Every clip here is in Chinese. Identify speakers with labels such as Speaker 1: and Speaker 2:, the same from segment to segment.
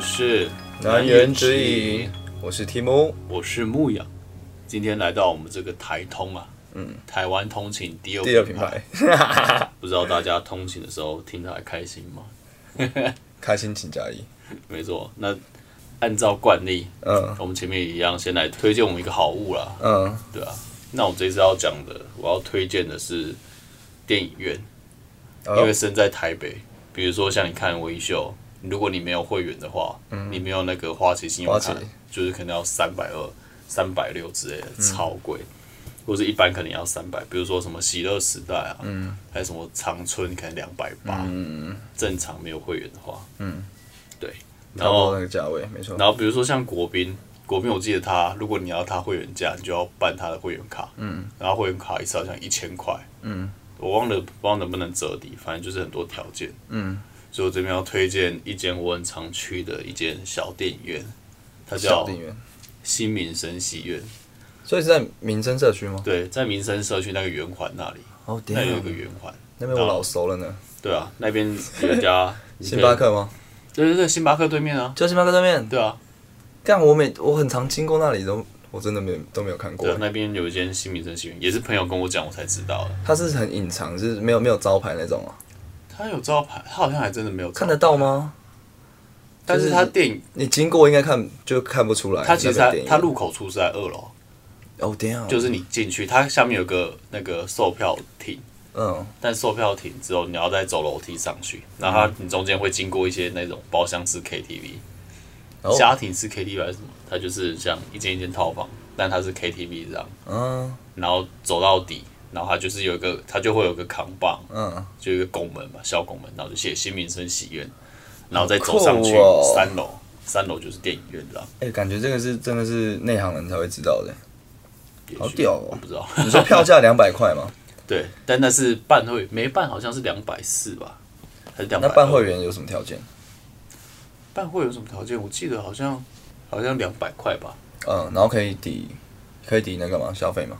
Speaker 1: 是
Speaker 2: 南园之影，我是 Timo。
Speaker 1: 我是牧羊。今天来到我们这个台通啊，嗯，台湾通勤第二
Speaker 2: 第二品 牌，
Speaker 1: 不知道大家通勤的时候听得还开心吗？
Speaker 2: 开心请加一。
Speaker 1: 没错，那按照惯例，
Speaker 2: 嗯
Speaker 1: 我们前面一样先来推荐我们一个好物啦，
Speaker 2: 嗯，
Speaker 1: 对啊。那我们这次要讲的，我要推荐的是电影院，因为
Speaker 2: 哦，
Speaker 1: 身在台北，比如说像你看微秀，如果你没有会员的话，你没有那个花旗信用卡
Speaker 2: 嗯花旗，嗯
Speaker 1: 就是可能要三百二、三百六之类的，超贵。或是一般可能要三百，比如说什么喜乐时代啊，
Speaker 2: 嗯
Speaker 1: 还有什么长春可能两百八，正常没有会员的话，嗯，对。然
Speaker 2: 差不
Speaker 1: 后
Speaker 2: 多那个价位，没错。
Speaker 1: 然后比如说像国宾，国宾我记得他，如果你要他会员价，你就要办他的会员卡，嗯，然后会员卡一次好像一千块，嗯，我忘了不知道能不能折抵，反正就是很多条件，嗯，所以我这边要推荐一间我很常去的一间小电影院，它
Speaker 2: 小
Speaker 1: 叫
Speaker 2: 店员，
Speaker 1: 新民生戏院，
Speaker 2: 所以是在民生社区吗？
Speaker 1: 对，在民生社区那个圆环那里，
Speaker 2: 哦，
Speaker 1: 那里有一个圆环，
Speaker 2: 那边我老熟了呢。
Speaker 1: 对啊，那边有一 家
Speaker 2: 星巴，克吗？
Speaker 1: 对对对，星巴克对面啊，
Speaker 2: 就星巴克对面。
Speaker 1: 对啊，
Speaker 2: 但我每我很常经过那里都，我真的没有都没有看过
Speaker 1: 对啊。那边有一间新民生戏院，也是朋友跟我讲，我才知道的。
Speaker 2: 它是很隐藏，就是没有没有招牌那种啊，
Speaker 1: 他有招牌，他好像还真的没有招牌
Speaker 2: 看得，到吗？
Speaker 1: 但是他电影，
Speaker 2: 你经过应该看就看不出来。
Speaker 1: 他其实
Speaker 2: 那
Speaker 1: 他
Speaker 2: 个电影
Speaker 1: 他入口处是在二楼，
Speaker 2: 哦，等一下
Speaker 1: 就是你进去，它下面有个那个售票亭，
Speaker 2: 嗯
Speaker 1: 但售票亭之后你要再走楼梯上去，然
Speaker 2: 嗯
Speaker 1: 后它你中间会经过一些那种包厢式 KTV，、
Speaker 2: 哦
Speaker 1: 家庭式 KTV 还是什么，它就是像一间一间套房，但它是 KTV 这样，
Speaker 2: 嗯
Speaker 1: 然后走到底，然后它就是有一个，它就会有个扛棒，
Speaker 2: 嗯，
Speaker 1: 就有一个拱门嘛，小拱门，然后就写新民生喜院，然后再走上去、
Speaker 2: 好酷哦
Speaker 1: 三楼，三楼就是电影院这样。
Speaker 2: 哎、感觉这个是真的是内行人才会知道的。
Speaker 1: 也许
Speaker 2: 好屌哦
Speaker 1: 我不知道。
Speaker 2: 你说票价两百块吗？
Speaker 1: 对，但那是办会没办好像是两百四吧，还是两
Speaker 2: 那
Speaker 1: 百？
Speaker 2: 办会员有什么条件？
Speaker 1: 办会有什么条件？我记得好像好像两百块吧，
Speaker 2: 嗯，然后可以抵，可以抵那个吗？消费吗？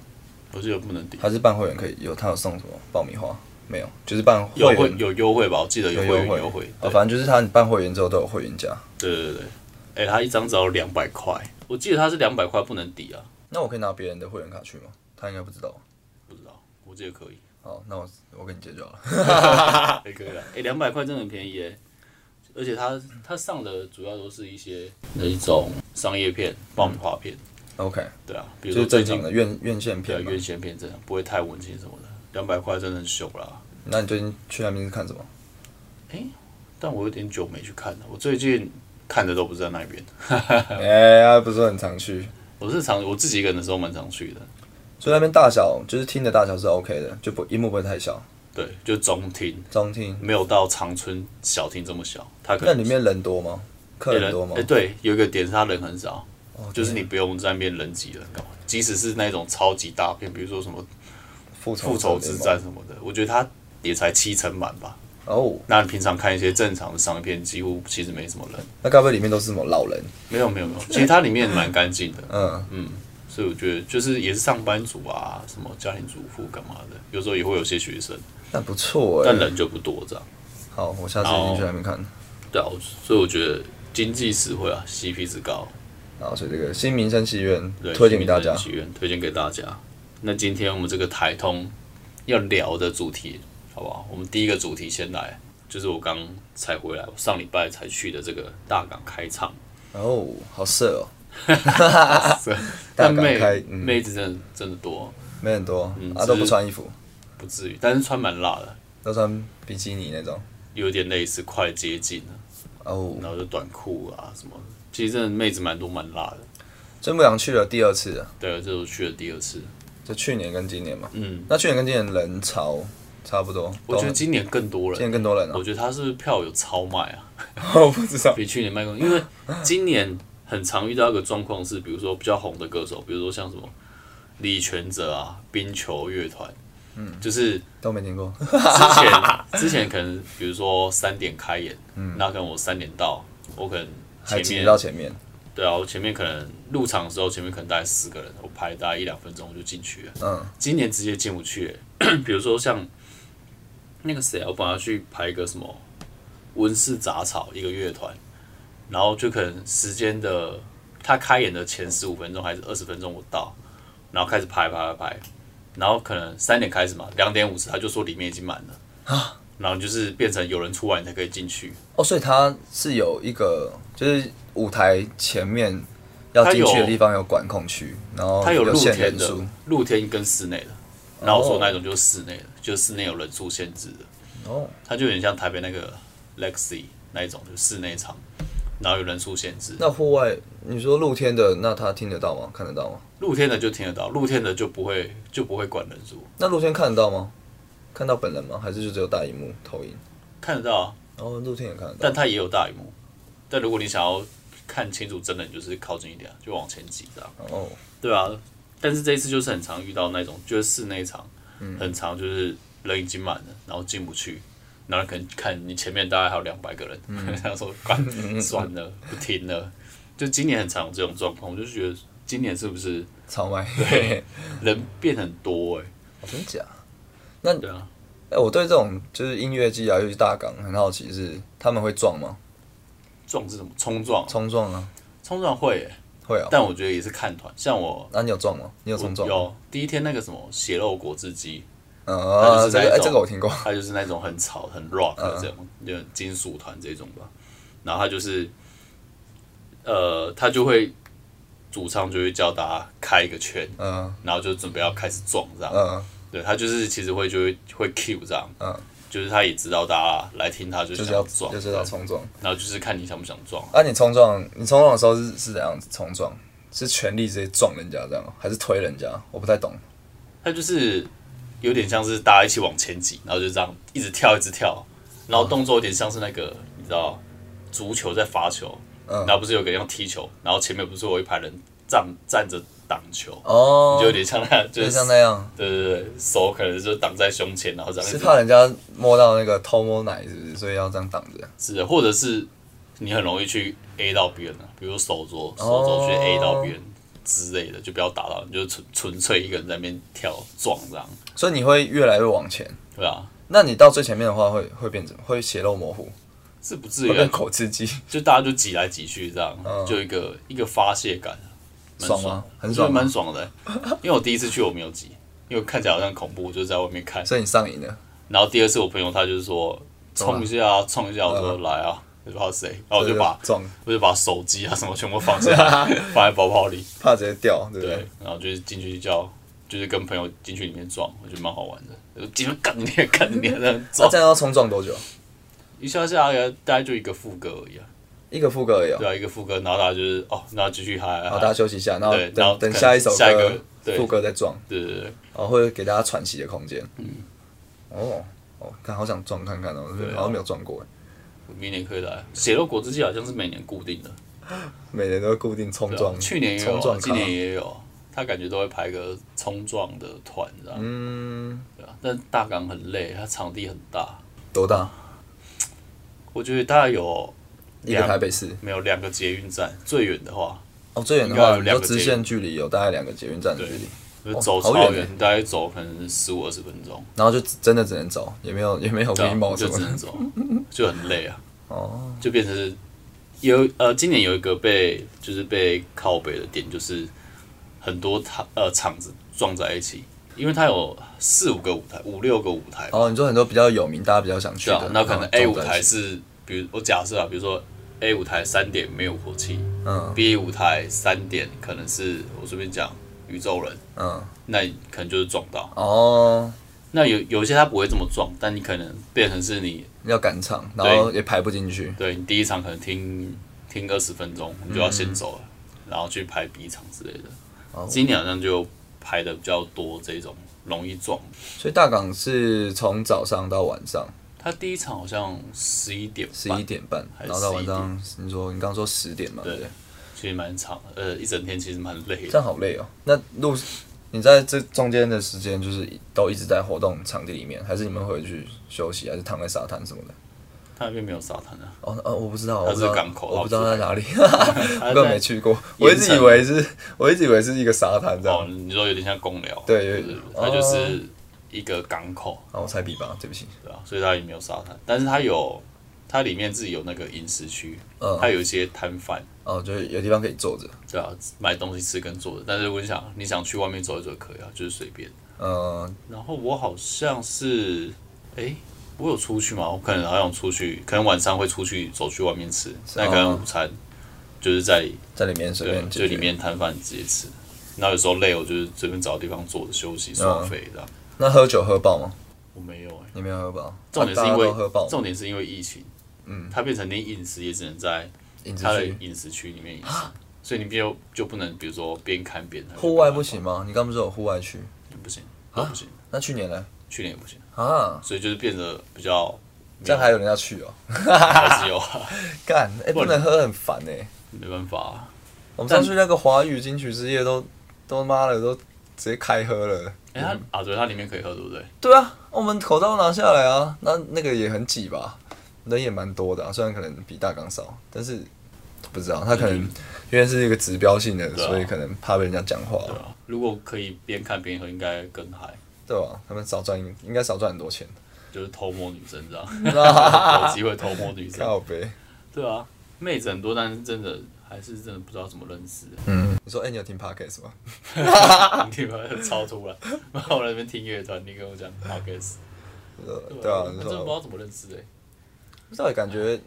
Speaker 1: 我记得不能抵。
Speaker 2: 还是办会员可以有？他有送什么爆米花？没有，就是办会
Speaker 1: 有会
Speaker 2: 员
Speaker 1: 有优惠吧？我记得有会
Speaker 2: 优
Speaker 1: 员
Speaker 2: 惠
Speaker 1: 优惠。
Speaker 2: 哦，
Speaker 1: 对
Speaker 2: 反正就是他你办会员之后都有会员价。
Speaker 1: 对对对，哎、他一张只要两百块，我记得他是两百块不能抵啊，
Speaker 2: 那我可以拿别人的会员卡去吗？他应该不知道。
Speaker 1: 不知道，我记得可以，
Speaker 2: 好，那我我跟你解决好了。
Speaker 1: 哎、可以了，哎、两百块真的很便宜耶、而且他他上的主要都是一些那种商业片、爆米花片，
Speaker 2: OK，
Speaker 1: 对啊，比
Speaker 2: 嗯就
Speaker 1: 如说
Speaker 2: 是
Speaker 1: 最
Speaker 2: 正
Speaker 1: 近
Speaker 2: 常的院院线
Speaker 1: 对啊
Speaker 2: 片嘛
Speaker 1: 院。线片这样，不会太文青什么的，两百块真的很凶啦。
Speaker 2: 那你最近去那边是看什么？
Speaker 1: 但我有点久没去看了。我最近看的都不是在那边，
Speaker 2: 哎、呀，不是很常去，
Speaker 1: 我是常我自己一个人的时候蛮常去的。
Speaker 2: 所以那边大小就是厅的大小是 OK 的，就不荧幕不会太小，
Speaker 1: 对，就中厅，
Speaker 2: 中厅。
Speaker 1: 没有到长春小厅这么小。它可
Speaker 2: 那
Speaker 1: 能
Speaker 2: 里面人多吗？客
Speaker 1: 欸
Speaker 2: 人多吗
Speaker 1: 欸？对，有一个点是它人很少，
Speaker 2: 哦
Speaker 1: 就是
Speaker 2: 对
Speaker 1: 你不用在那边人挤人干嘛。即使是那种超级大片，比如说什
Speaker 2: 哦
Speaker 1: 么
Speaker 2: 复
Speaker 1: 《
Speaker 2: 仇
Speaker 1: 复仇之
Speaker 2: 联盟
Speaker 1: 战》什么的，我觉得它也才七成满吧。
Speaker 2: 哦，
Speaker 1: 那你平常看一些正常的商片，几乎其实没什么人。
Speaker 2: 那该不会里面都是什么老人？
Speaker 1: 没有没有没有，其实它里面蛮干净的。
Speaker 2: 嗯，
Speaker 1: 所以我觉得就是也是上班族啊，什么家庭主妇干嘛的，有时候也会有些学生，
Speaker 2: 那不错哎、
Speaker 1: 但人就不多这样。
Speaker 2: 好，我下次一定去那边看。
Speaker 1: 对啊，我所以我觉得经济实惠啊，CP 值高，
Speaker 2: 然后所以这个新民生戏院
Speaker 1: 对，
Speaker 2: 推荐给大
Speaker 1: 新
Speaker 2: 家
Speaker 1: 民。生剧院推荐给大家。那今天我们这个台通要聊的主题，好不好？我们第一个主题先来，就是我刚才回来，我上礼拜才去的这个大港开唱，
Speaker 2: 哦，好色哦，大
Speaker 1: 但
Speaker 2: 港
Speaker 1: 妹
Speaker 2: 开嗯
Speaker 1: 妹子真的真的多，
Speaker 2: 没很多啊，
Speaker 1: 只
Speaker 2: 都
Speaker 1: 嗯
Speaker 2: 不
Speaker 1: 是
Speaker 2: 穿衣服，
Speaker 1: 不至于，但是穿蛮辣的，
Speaker 2: 都穿比基尼那种。
Speaker 1: 有点类似快接近了。
Speaker 2: 哦，
Speaker 1: 然后就短裤啊什么的。其实真的妹子蛮多蛮辣的，
Speaker 2: 真不想去了第二次了，
Speaker 1: 对，这是我去的第二次。
Speaker 2: 就去年跟今年嘛。
Speaker 1: 嗯，
Speaker 2: 那去年跟今年人潮差不多，
Speaker 1: 我觉
Speaker 2: 都
Speaker 1: 得
Speaker 2: 很
Speaker 1: 今年更多人，
Speaker 2: 今年更多人了
Speaker 1: 我。觉得他是不是票有超卖啊？
Speaker 2: 我 不知道，
Speaker 1: 比去年卖更多，因为今年很常遇到一个状况是，比如说比较红的歌手，比如说像什么李泉哲啊、冰球乐团，嗯，就是
Speaker 2: 都没听过。
Speaker 1: 之前之前可能比如说三点开演，嗯，那可能我三点到，我可能
Speaker 2: 还
Speaker 1: 前
Speaker 2: 挤
Speaker 1: 面
Speaker 2: 不到前面。
Speaker 1: 对啊，我前面可能入场的时候，前面可能大概四个人，我排大概一两分钟我就进去了。
Speaker 2: 嗯，
Speaker 1: 今年直接进不去 欸、比如说像那个谁啊，我本来要去排一个什么温室杂草一个乐团，然后就可能时间的他开演的前十五分钟还是二十分钟我到，然后开始排排排排，然后可能三点开始嘛，两点五十他就说里面已经满了啊，然后就是变成有人出来你才可以进去，
Speaker 2: 哦，所以它是有一个，就是舞台前面要进去的地方有管控区，然后
Speaker 1: 它有露
Speaker 2: 限
Speaker 1: 天
Speaker 2: 人
Speaker 1: 的
Speaker 2: 数。、
Speaker 1: 露天跟室内的，然后我说那种就是室内的，就是室内有人数限制的。
Speaker 2: 哦，
Speaker 1: 它就有点像台北那个 Lexi 那一种，就室内场，然后有人数限制。
Speaker 2: 那户外你说露天的，那他听得到吗？看得到吗？
Speaker 1: 露天的就听得到，露天的就不会就不会管人数，
Speaker 2: 那露天看得到吗？看到本人吗？还是就只有大荧幕投影？
Speaker 1: 看得到啊，
Speaker 2: 然后露天也看得到。
Speaker 1: 但它也有大荧幕。但如果你想要看清楚真人，就是靠近一点啊，就往前挤这样。
Speaker 2: 哦，
Speaker 1: 对啊，但是这一次就是很常遇到那种，就是室内场，
Speaker 2: 嗯
Speaker 1: 很常就是人已经满了，然后进不去，然后可能看你前面大概还有两百个人，
Speaker 2: 嗯
Speaker 1: 他、说干算了，不听了。就今年很常有这种状况，我就觉得今年是不是
Speaker 2: 超卖。
Speaker 1: 人变很多哎、
Speaker 2: 哦真假？那
Speaker 1: 对啊，
Speaker 2: 哎、我对这种就是音乐季啊，尤其大港很好奇是，他们会撞吗？
Speaker 1: 撞是什么？冲撞，
Speaker 2: 冲撞啊，
Speaker 1: 冲撞会、欸，
Speaker 2: 会啊。
Speaker 1: 但我觉得也是看团。像我，
Speaker 2: 那、你有撞吗？你有冲撞？。
Speaker 1: 有第一天那个什么血肉果汁机，
Speaker 2: 嗯
Speaker 1: 那
Speaker 2: 啊，
Speaker 1: 就是
Speaker 2: 这
Speaker 1: 那
Speaker 2: 个哎、
Speaker 1: 种
Speaker 2: 这个我听过。
Speaker 1: 它就是那种很吵、很 rock
Speaker 2: 嗯
Speaker 1: 的这种，就金属团这种吧。然后它就是，呃，它就会主唱就会叫大家开一个圈，
Speaker 2: 嗯
Speaker 1: 然后就准备要开始撞这样。
Speaker 2: 嗯，
Speaker 1: 对，他就是其实会就会会 cue 这样，
Speaker 2: 嗯
Speaker 1: 就是他也知道大家来听他就
Speaker 2: 就是
Speaker 1: 想
Speaker 2: 要
Speaker 1: 撞，
Speaker 2: 就是要冲撞。
Speaker 1: 然后就是看你想不想撞。
Speaker 2: 啊，你冲撞，你冲撞的时候是是怎样子冲撞？是全力直接撞人家这样吗，还是推人家？我不太懂。
Speaker 1: 它就是有点像是大家一起往前挤，然后就这样一直跳，一直跳，然后动作有点像是那个你知道足球在罚球，
Speaker 2: 嗯
Speaker 1: 然后不是有个人要踢球，然后前面不是有一排人站站着挡球，
Speaker 2: 哦
Speaker 1: 就有点像那，就
Speaker 2: 就是像那样，
Speaker 1: 对对对，手可能就挡在胸前，然后这样
Speaker 2: 是
Speaker 1: 子
Speaker 2: 怕人家摸到那个偷摸奶，是不是？所以要这样挡着。
Speaker 1: 是的，或者是你很容易去 A 到别人啊，比如说手肘，手肘
Speaker 2: 哦
Speaker 1: 去 A 到别人之类的，就不要打到，你就纯纯粹一个人在那边跳撞这样，
Speaker 2: 所以你会越来越往前。
Speaker 1: 对啊，
Speaker 2: 那你到最前面的话会，会变怎么？会血肉模糊，
Speaker 1: 是不至
Speaker 2: 会
Speaker 1: 于啊
Speaker 2: 变口吃鸡，
Speaker 1: 就大家就挤来挤去这样，就一个一个发泄感，蛮
Speaker 2: 嗯爽吗？很
Speaker 1: 我觉得
Speaker 2: 爽吗
Speaker 1: 蛮？爽的、因为我第一次去我没有挤，因为看起来好像恐怖，我就在外面看。
Speaker 2: 所以你上瘾了，
Speaker 1: 然后第二次我朋友他就是说冲一下啊，冲一下，我说来
Speaker 2: 嗯
Speaker 1: 啊，不知道谁，然后我就把
Speaker 2: 撞，
Speaker 1: 我就把手机啊什么全部放 下来，放在包包里，
Speaker 2: 怕直接掉，对不对
Speaker 1: 对？，然后就是进去叫。就是跟朋友进去里面撞，我觉得蛮好玩的。就进去干你脸，干你脸，这样
Speaker 2: 那
Speaker 1: 撞
Speaker 2: 这样要冲撞多久？
Speaker 1: 一下下来，大概就一个副歌而已啊。
Speaker 2: 一个副歌而已、哦。
Speaker 1: 对啊，一个副歌，然后大家就是哦，然后继续嗨啊。
Speaker 2: 好，大家休息一下，然后
Speaker 1: 对然后
Speaker 2: 等等
Speaker 1: 可能
Speaker 2: 下一首
Speaker 1: 下一
Speaker 2: 歌
Speaker 1: 个对
Speaker 2: 副歌再撞，
Speaker 1: 对对对，
Speaker 2: 然后会给大家喘息的空间。嗯，哦哦，看好想撞看看哦，
Speaker 1: 啊
Speaker 2: 好像没有撞过耶，
Speaker 1: 明年可以来。血肉果汁机好像是每年固定的，
Speaker 2: 每年都会固定冲
Speaker 1: 对啊
Speaker 2: 撞，
Speaker 1: 去年也有
Speaker 2: 冲
Speaker 1: 啊，
Speaker 2: 撞
Speaker 1: 今年
Speaker 2: 卡
Speaker 1: 也有，他感觉都会排个冲撞的团，这样
Speaker 2: 嗯，
Speaker 1: 对啊。但大港很累，它场地很大，
Speaker 2: 多大？
Speaker 1: 我觉得大概有
Speaker 2: 一个
Speaker 1: 两
Speaker 2: 台北市
Speaker 1: 没有两个捷运站，最远的话，
Speaker 2: 哦，最远的
Speaker 1: 应该
Speaker 2: 话，
Speaker 1: 有
Speaker 2: 你
Speaker 1: 两
Speaker 2: 说
Speaker 1: 个捷
Speaker 2: 直
Speaker 1: 运
Speaker 2: 线距离有大概两个捷运站的距离，
Speaker 1: 就是走
Speaker 2: 好
Speaker 1: 超
Speaker 2: 远
Speaker 1: 远，大概走可能十五二十分钟，
Speaker 2: 然后就只真的只能走，也没有也没有
Speaker 1: 对啊
Speaker 2: m o 什
Speaker 1: 就
Speaker 2: 么
Speaker 1: 只
Speaker 2: 的
Speaker 1: 能走，就很累啊，
Speaker 2: 哦，
Speaker 1: 就变成是有呃，今年有一个被就是被靠北的点，就是很多场呃场子撞在一起，因为它有四五个舞台，五六个舞台吧
Speaker 2: 哦，你说很多比较有名，大家比较想去
Speaker 1: 对啊
Speaker 2: 的，，
Speaker 1: 那可能 A 舞台
Speaker 2: 是
Speaker 1: 是，比如我假设啊，比如说 A 舞台三点没有火气
Speaker 2: 嗯
Speaker 1: ，B 舞台三点可能是我随便讲宇宙人，
Speaker 2: 嗯
Speaker 1: 那你可能就是撞到。
Speaker 2: 哦，
Speaker 1: 那有有一些他不会这么撞，但你可能变成是你
Speaker 2: 要赶场，然后也排不进去，
Speaker 1: 对你第一场可能听听二十分钟，你就要先走了，然后去排 B 场之类的。
Speaker 2: 嗯哦
Speaker 1: 今年好像就排的比较多这种容易撞。
Speaker 2: 所以大港是从早上到晚上。
Speaker 1: 他第一场好像十一点
Speaker 2: 十
Speaker 1: 半
Speaker 2: 一点半，
Speaker 1: 还
Speaker 2: 然
Speaker 1: 是
Speaker 2: 后到晚
Speaker 1: 11点
Speaker 2: 上，你说你刚刚说十点嘛，对不对
Speaker 1: 对，其实蛮长的，呃，一整天其实蛮累的
Speaker 2: 这。样好累哦。那路你在这中间的时间，就是都一直在活动场地里面，还是你们回去休息，还是躺在沙滩什么的？
Speaker 1: 他那边没有沙滩啊，
Speaker 2: 哦，呃，我不知道，我
Speaker 1: 它
Speaker 2: 不
Speaker 1: 是
Speaker 2: 知道
Speaker 1: 港口
Speaker 2: 我不知道
Speaker 1: 它不
Speaker 2: 在
Speaker 1: 是
Speaker 2: 哪里，
Speaker 1: 他
Speaker 2: 我根本
Speaker 1: 在
Speaker 2: 没去过。我一直以为是，我一直以为是一个沙滩这
Speaker 1: 哦，
Speaker 2: 样。
Speaker 1: 你说有点像公寮，啊
Speaker 2: 对有
Speaker 1: 是不是它就是一个港口，
Speaker 2: 啊，我猜比吧，对不起。
Speaker 1: 对吧、所以它也没有沙滩，但是它有它里面自己有那个饮食区，
Speaker 2: 嗯
Speaker 1: 它有一些摊贩，
Speaker 2: 哦，就是有地方可以坐着，
Speaker 1: 对啊，买东西吃跟坐的。但是我想，你想去外面走一走可以啊，就是随便。
Speaker 2: 嗯，
Speaker 1: 然后我好像是，哎、我有出去吗？我可能好像出去，可能晚上会出去走去外面吃，那可能午餐就是在
Speaker 2: 在里面啊随
Speaker 1: 对
Speaker 2: 便，
Speaker 1: 就
Speaker 2: 解决
Speaker 1: 里。面摊贩直接吃。那有时候累，我就是随便找个地方坐着休息耍废这样。
Speaker 2: 那喝酒喝爆吗？
Speaker 1: 我没有哎、
Speaker 2: 你没有喝爆？
Speaker 1: 重点是因
Speaker 2: 啊大
Speaker 1: 为
Speaker 2: 家都喝爆，
Speaker 1: 重点是因为疫情，嗯，它变成你饮食也只能在
Speaker 2: 饮
Speaker 1: 它的
Speaker 2: 食区
Speaker 1: 饮食区里面饮食，所以你就就不能比如说边看边喝
Speaker 2: 户外不行吗？你刚不是有户外区？
Speaker 1: 不行，都不行，
Speaker 2: 那去年呢？
Speaker 1: 去年也不行，
Speaker 2: 啊，
Speaker 1: 所以就是变得比较
Speaker 2: 这样还有人要去哦？
Speaker 1: 还是有啊。
Speaker 2: 干，哎，
Speaker 1: 不
Speaker 2: 不
Speaker 1: 然
Speaker 2: 能喝很烦哎。
Speaker 1: 没办法、啊。
Speaker 2: 我们上次那个华语金曲之夜都都妈的都直接开喝了。
Speaker 1: 哎、它啊，对，它里面可以喝，对不对？
Speaker 2: 对啊，我们口罩拿下来啊，那那个也很挤吧，人也蛮多的、啊，虽然可能比大港少，但是不知道他可能
Speaker 1: 嗯
Speaker 2: 因为是一个指标性的，
Speaker 1: 对啊
Speaker 2: 所以可能怕被人家讲话，
Speaker 1: 对啊，如果可以边看边喝，应该更嗨，
Speaker 2: 对吧、他们少赚应该少赚很多钱，
Speaker 1: 就是偷摸女生这 样，有机会偷摸女生。
Speaker 2: 靠呗。
Speaker 1: 对啊，妹子很多，但是真的还是真的不知道怎么认识。
Speaker 2: 嗯，你说哎、你有听 podcast 吗？
Speaker 1: 你们超突然，然后我在那边听乐团，你跟我讲 p o d c
Speaker 2: 对啊，
Speaker 1: 我
Speaker 2: 你
Speaker 1: 真
Speaker 2: 说
Speaker 1: 的不知道怎么认识欸的、
Speaker 2: 不知道欸感
Speaker 1: 哎
Speaker 2: 觉，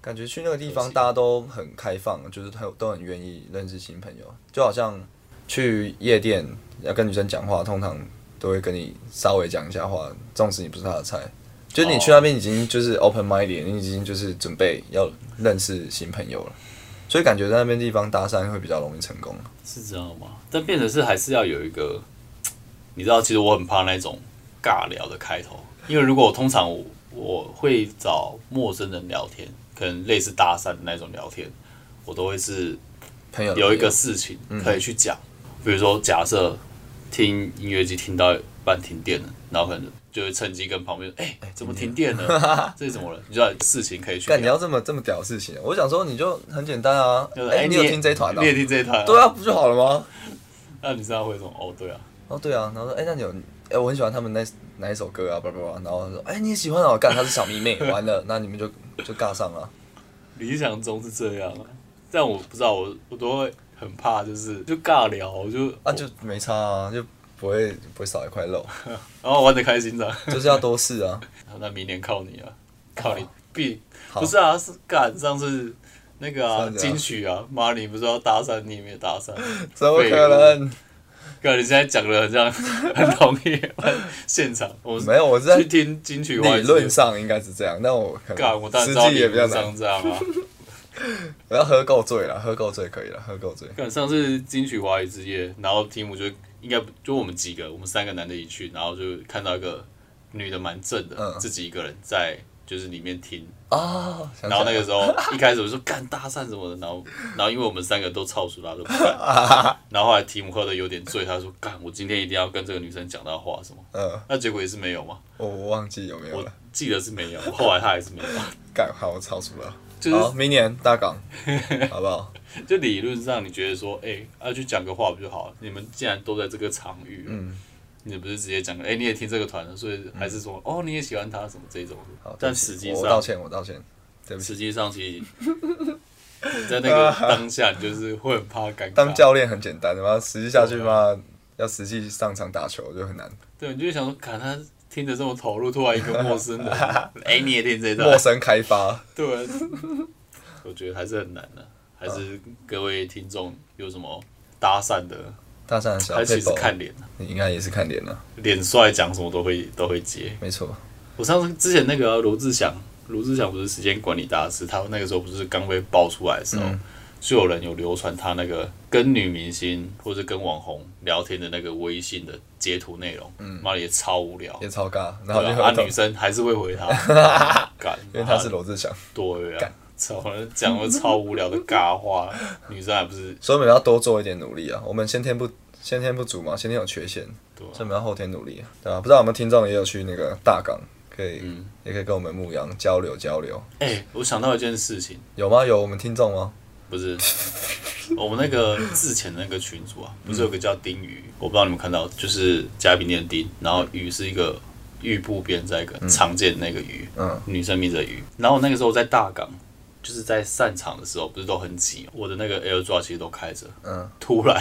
Speaker 2: 感觉去那个地方大家都很开放，就是很都很愿意认识新朋友，就好像去夜店要跟女生讲话，通常都会跟你稍微讲一下话，纵使你不是她的菜。就是你去那边已经就是
Speaker 1: 哦
Speaker 2: open minded，你已经就是准备要认识新朋友了，所以感觉在那边地方搭讪会比较容易成功。啊
Speaker 1: 是这样吗？但变成是还是要有一个，你知道，其实我很怕那种尬聊的开头，因为如果我通常我我会找陌生人聊天，可能类似搭讪的那种聊天，我都会是
Speaker 2: 朋友
Speaker 1: 有一个事情
Speaker 2: 嗯
Speaker 1: 可以去讲，比如说假设听音乐机听到一半停电了，然后可能就会趁机跟旁边哎、怎么停电 了？这是怎么了？你知道事情可以去
Speaker 2: 干你
Speaker 1: 聊。
Speaker 2: 要这么这么屌的事情，啊我想说你就很简单啊
Speaker 1: 就是，
Speaker 2: 哎、你有
Speaker 1: 也
Speaker 2: 听这一团啊
Speaker 1: 你？也听这一团、啊？
Speaker 2: 对啊，不就好了吗？
Speaker 1: 那你知道会什么？哦，对啊，
Speaker 2: 哦，对啊，然后说，哎、那你有，哎、我很喜欢他们那哪一首歌啊，叭叭叭，然后说，哎、你也喜欢啊，干，她是小迷妹， 完了，那你们就就尬上了，
Speaker 1: 理想中是这样啊，但我不知道，我我都会很怕，就是就尬聊，我就
Speaker 2: 啊，就没差啊，就不会不会少一块肉，
Speaker 1: 然后玩的开心 的，
Speaker 2: 就是要多试 啊，
Speaker 1: 那明年靠你啊，靠你必
Speaker 2: 好
Speaker 1: 不是啊，是赶上次那个啊
Speaker 2: 上次啊
Speaker 1: 金曲啊，妈你不是要搭讪，你也没有搭讪，
Speaker 2: 怎么可能？
Speaker 1: 哥你现在讲的很像 很同意，现场我
Speaker 2: 没有，我是 在
Speaker 1: 去听金曲，我
Speaker 2: 理
Speaker 1: 也是
Speaker 2: 论上应该是这样，但我可
Speaker 1: 干我当然
Speaker 2: 能实
Speaker 1: 知道
Speaker 2: 际
Speaker 1: 你
Speaker 2: 也比较
Speaker 1: 不
Speaker 2: 难
Speaker 1: 上，这样啊，
Speaker 2: 我要喝够醉了，喝够醉可以了，喝够醉，
Speaker 1: 干上次金曲华语之夜，然后题目就应该不就我们几个，我们三个男的一起去，然后就看到一个女的蛮正的，
Speaker 2: 嗯
Speaker 1: 自己一个人在就是里面听，
Speaker 2: 啊，想
Speaker 1: 然后那
Speaker 2: 起来
Speaker 1: 个
Speaker 2: 了
Speaker 1: 时候一开始我就说干搭讪什么的，然后然后因为我们三个都超熟啊啦，都不 干，然后后来提姆喝的有点醉，他说干我今天一定要跟这个女生讲到话什么，
Speaker 2: 嗯，
Speaker 1: 那结果也是没有嘛，
Speaker 2: 我我忘记有没有
Speaker 1: 我
Speaker 2: 了，
Speaker 1: 记得是没有，后来他还是没有，
Speaker 2: 干，好，我超出了，
Speaker 1: 就
Speaker 2: 好，
Speaker 1: 是
Speaker 2: 明年大港，好不好？
Speaker 1: 就理论上你觉得说，哎、啊去讲个话不就好了？你们既然都在这个场域，嗯，你不是直接讲个，哎、你也听这个团的，所以还是说，哦，你也喜欢他什么这种的
Speaker 2: 嗯好，
Speaker 1: 但
Speaker 2: 对不起
Speaker 1: 实际
Speaker 2: 我道
Speaker 1: 上，
Speaker 2: 歉，我道歉，对不起。
Speaker 1: 实际上其实你在那个当下，你就是会很怕尴尬，
Speaker 2: 当教练很简单的嘛，实际下去嘛，
Speaker 1: 啊
Speaker 2: 要实际上场打球就很难。
Speaker 1: 对，你就想说，看他听着这么投入，突然一个陌生人， 哎、你也听这
Speaker 2: 陌
Speaker 1: 段，
Speaker 2: 生开发，
Speaker 1: 对，我觉得还是很难的、还是各位听众有什么搭讪的，
Speaker 2: 大三的小
Speaker 1: 还是
Speaker 2: 配
Speaker 1: 其实
Speaker 2: 宝，
Speaker 1: 看脸啊
Speaker 2: 你应该也是看脸了，
Speaker 1: 脸帅讲什么都会都会接。
Speaker 2: 没错。
Speaker 1: 我上次之前那个罗志祥，罗志祥不是时间管理大师，他那个时候不是刚被爆出来的时候，
Speaker 2: 嗯
Speaker 1: 就有人有流传他那个跟女明星或者跟网红聊天的那个微信的截图内容，妈、的也超无聊。
Speaker 2: 嗯也超尬，然后
Speaker 1: 对
Speaker 2: 就
Speaker 1: 啊，啊
Speaker 2: 合同
Speaker 1: 女，生还是会回 他，干，啊
Speaker 2: 因为他是罗志祥，
Speaker 1: 对啊，操，讲了超无聊的尬话，女生还不是
Speaker 2: 所以我们要多做一点努力啊。我们先天不先天不足嘛，先天有缺陷，
Speaker 1: 对啊
Speaker 2: 所以我们要后天努力，对吧、不知道有没有听众也有去那个大港，可以、
Speaker 1: 嗯
Speaker 2: 也可以跟我们牧羊交流交流，
Speaker 1: 哎、我想到一件事情，
Speaker 2: 有吗？有我们听众吗？
Speaker 1: 不是， 我们那个之前那个群主啊，不是有个叫丁鱼，我不知道你们看到，就是嘉宾念丁，然后鱼是一个玉部边在一个常见的那个鱼，嗯，女生名字的鱼。然后我那个时候在大港，就是在散场的时候，不是都很挤，我的那个 AirDrop 其实都开着，嗯，突然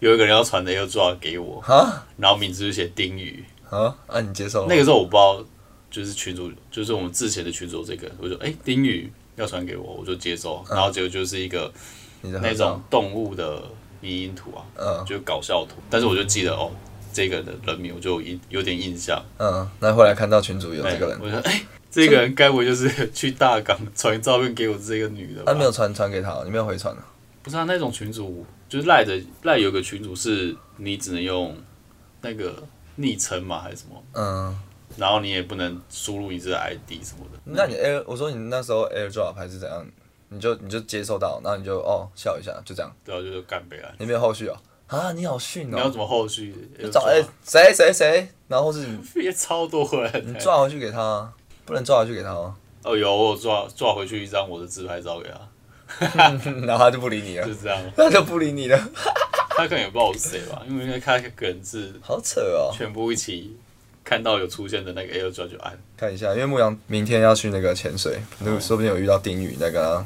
Speaker 1: 有一个人要传的 AirDrop 给我，
Speaker 2: 啊
Speaker 1: 然后名字就写丁鱼。
Speaker 2: 啊啊！你接受了吗
Speaker 1: 那个时候我不知道，就是群主，就是我们之前的群主这个，我就哎、诶丁宇要传给我，我就接收，然后结果就是一个
Speaker 2: 你的合
Speaker 1: 那
Speaker 2: 照
Speaker 1: 种动物的迷因图啊，
Speaker 2: 嗯
Speaker 1: 就搞笑图，但是我就记得哦，这个人的人名我就有印有点印象，
Speaker 2: 嗯，那后来看到群主有这个人，
Speaker 1: 我就哎、这个人该不会就是 去大港传照片给我这个女的吧？
Speaker 2: 啊他没有传传给他，你没有回传啊？
Speaker 1: 不是啊，那种群主就是赖着赖有个群主是你只能用那个昵称嘛还是什么，
Speaker 2: 嗯，
Speaker 1: 然后你也不能输入你自己的 ID 什么的。
Speaker 2: 那你 Air，我说你那时候 AirDrop 还是怎样？你就你就接受到，然后你就哦笑一下，就这样，
Speaker 1: 对啊，就是干杯啊！
Speaker 2: 你没有后续哦。啊，你好逊
Speaker 1: 你要啊
Speaker 2: 哦！
Speaker 1: 怎么后续？
Speaker 2: 就找哎谁谁谁，然后或是你
Speaker 1: 也超多人、
Speaker 2: 你抓回去给他啊，不能抓回去给他哦，
Speaker 1: 哦，有我有抓抓回去一张我的自拍照给他，
Speaker 2: 然后他就不理 你了
Speaker 1: 就，这样。
Speaker 2: 他就不理你了，
Speaker 1: 他可能也不知道我是谁吧，因为他可能是
Speaker 2: 好扯哦。
Speaker 1: 全部一起看到有出现的那个 Air Drop 就按。
Speaker 2: 看一下，因为牧羊明天要去那个潜水，如
Speaker 1: 哦
Speaker 2: 果说不定有遇到丁宇，再跟他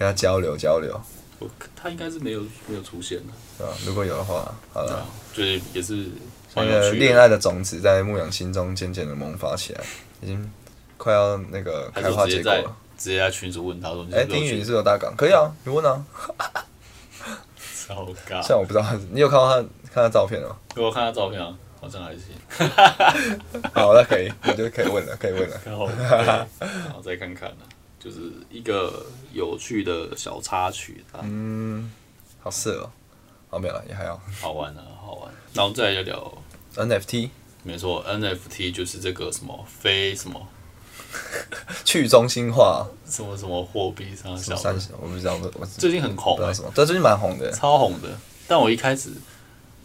Speaker 2: 跟他交流交流，
Speaker 1: 我他应该是没有没有出现的，
Speaker 2: 对吧？如果有的话，好
Speaker 1: 对
Speaker 2: 了
Speaker 1: 啊。，就是也是
Speaker 2: 那
Speaker 1: 蛮有
Speaker 2: 个
Speaker 1: 趣
Speaker 2: 恋
Speaker 1: 的。
Speaker 2: 爱的种子在牧羊心中渐渐的萌发起来，已经快要那个
Speaker 1: 他
Speaker 2: 开花
Speaker 1: 就直
Speaker 2: 结
Speaker 1: 接
Speaker 2: 果
Speaker 1: 在
Speaker 2: 了。
Speaker 1: 直接在群主问他说：“你
Speaker 2: 哎、
Speaker 1: 是不
Speaker 2: 丁
Speaker 1: 是
Speaker 2: 宇，你
Speaker 1: 有去
Speaker 2: 是有大港？可以啊，你问啊。
Speaker 1: 超
Speaker 2: 虽然
Speaker 1: 尬。
Speaker 2: 我不知道他是，你有看到他看他照片哦了吗？”
Speaker 1: 我看他照片啊，好像还行。
Speaker 2: 好，那可以，我就可以问了，可以问了。
Speaker 1: 然后，对然后再看看呢、就是一个有趣的小插曲啊，
Speaker 2: 嗯，好色哦。好，没有了，也还好。
Speaker 1: 好玩啊，好玩。然后再来聊，
Speaker 2: NFT
Speaker 1: 没错，NFT 就是这个什么非什么
Speaker 2: 去中心化，
Speaker 1: 什么什么货币上
Speaker 2: 什
Speaker 1: 小
Speaker 2: 么
Speaker 1: 的，
Speaker 2: 三十，我不知道，我我不
Speaker 1: 最近很红
Speaker 2: 知道
Speaker 1: 欸、
Speaker 2: 什么。对，啊最近蛮红的，
Speaker 1: 超红的。但我一开始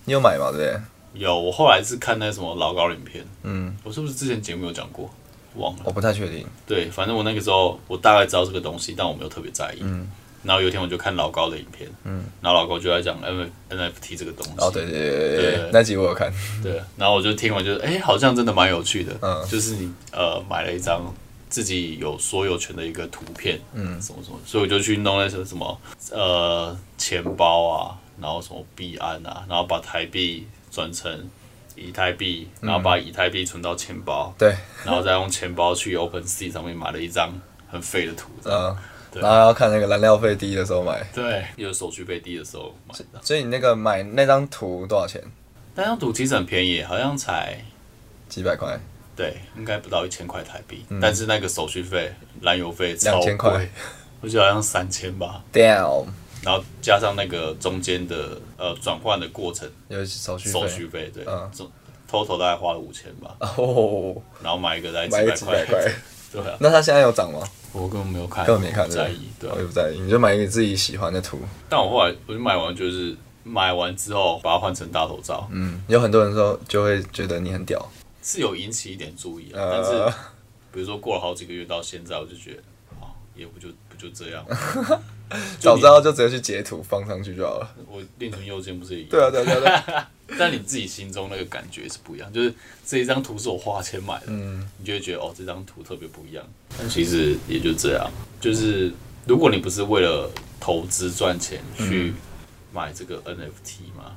Speaker 2: 你有买吗？对不对？
Speaker 1: 有，我后来是看那什么老高影片，
Speaker 2: 嗯，
Speaker 1: 我是不是之前节目有讲过？忘了。
Speaker 2: 我不太确定。
Speaker 1: 对，反正我那个时候我大概知道这个东西，但我没有特别在意。
Speaker 2: 嗯
Speaker 1: 然后有一天我就看老高的影片，然后老高就在讲 N NFT 这个东西。
Speaker 2: 哦，对对对对对
Speaker 1: 对
Speaker 2: 对，那集我有看。
Speaker 1: 对，然后我就听完就，哎，好像真的蛮有趣的，
Speaker 2: 嗯
Speaker 1: 就是你呃买了一张自己有所有权的一个图片，嗯，什么什么，所以我就去弄那些什么呃钱包啊，然后什么币安啊，然后把台币转成以太币，然后把以太币存到钱包，
Speaker 2: 嗯对，
Speaker 1: 然后再用钱包去 OpenSea 上面买了一张很废的图，这样
Speaker 2: 嗯，
Speaker 1: 对
Speaker 2: 然后要看那个燃料费低的时候买。
Speaker 1: 对，有手续费低的时候买的，
Speaker 2: 所以你那个买那张图多少钱？
Speaker 1: 那张图其实很便宜，好像才
Speaker 2: 几百块，
Speaker 1: 对，应该不到一千块台币，但是那个手续费、燃油费超
Speaker 2: 嗯两千
Speaker 1: 贵
Speaker 2: 块，
Speaker 1: 我记得好像三千吧，
Speaker 2: ，damn，
Speaker 1: 然后加上那个中间的呃转换的过程
Speaker 2: 有手续
Speaker 1: 手
Speaker 2: 费
Speaker 1: 续费，对
Speaker 2: 嗯，
Speaker 1: 总 total 大概花了五千吧，
Speaker 2: 哦，
Speaker 1: 然后买一个大
Speaker 2: 买
Speaker 1: 概
Speaker 2: 个
Speaker 1: 几
Speaker 2: 几
Speaker 1: 百
Speaker 2: 百
Speaker 1: 块，
Speaker 2: 块，
Speaker 1: 对啊，
Speaker 2: 那它现在有涨吗？
Speaker 1: 我根本没有看，
Speaker 2: 根本没看
Speaker 1: 我
Speaker 2: 嗯
Speaker 1: 不在意，对啊
Speaker 2: 我也，不在意，你就买一个自己喜欢的图。
Speaker 1: 但我后来我就买完就是。买完之后把它换成大头照，
Speaker 2: 嗯，有很多人说就会觉得你很屌，
Speaker 1: 是有引起一点注意啊。但
Speaker 2: 呃
Speaker 1: 是，比如说过了好几个月到现在，我就觉得，哦，也不就不就这 样。
Speaker 2: 早知道就直接去截图放上去就好了。
Speaker 1: 我另存右键不是也一样？
Speaker 2: 对啊，对啊，对啊对啊，
Speaker 1: 但你自己心中那个感觉是不一样，就是这一张图是我花钱买的，你就会觉得哦，这张图特别不一样。但其实也就这样，就是如果你不是为了投资赚钱去买这个 NFT 嘛，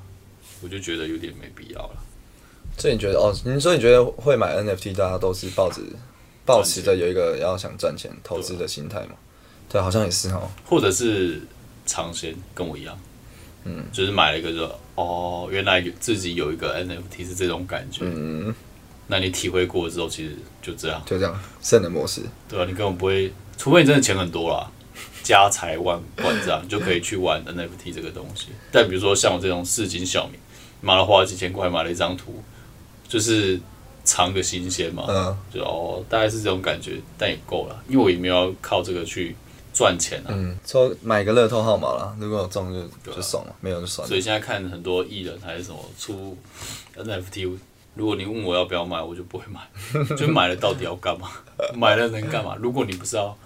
Speaker 1: 我就觉得有点没必要了。
Speaker 2: 所以你觉得哦，你说你觉得会买 NFT，大家都是抱着抱持着有一个要想赚钱投资的心态嘛？对，好像也是哦。
Speaker 1: 或者是尝鲜，跟我一样，嗯，就是买了一个就哦，原来有自己有一个 NFT 是这种感觉，
Speaker 2: 嗯，
Speaker 1: 那你体会过之后，其实就这样。
Speaker 2: 就这样，圣人模式。
Speaker 1: 对啊，你根本不会，除非你真的钱很多啦，家财万贯这样，你就可以去玩 NFT 这个东西。但比如说像我这种市井小民，妈的花了几千块买了一张图，就是尝个新鲜嘛，
Speaker 2: 嗯
Speaker 1: 就哦大概是这种感觉，但也够了，因为我也没有要靠这个去赚钱啊。
Speaker 2: 嗯，说买个乐透号码啦，如果有中就
Speaker 1: 啊
Speaker 2: 就送了，没有就算
Speaker 1: 所以
Speaker 2: 了。
Speaker 1: 现在看很多艺人还是什么出 NFT，如果你问我要不要买，我就不会 买，就买了到底要干嘛？买了能干嘛？如果你不是要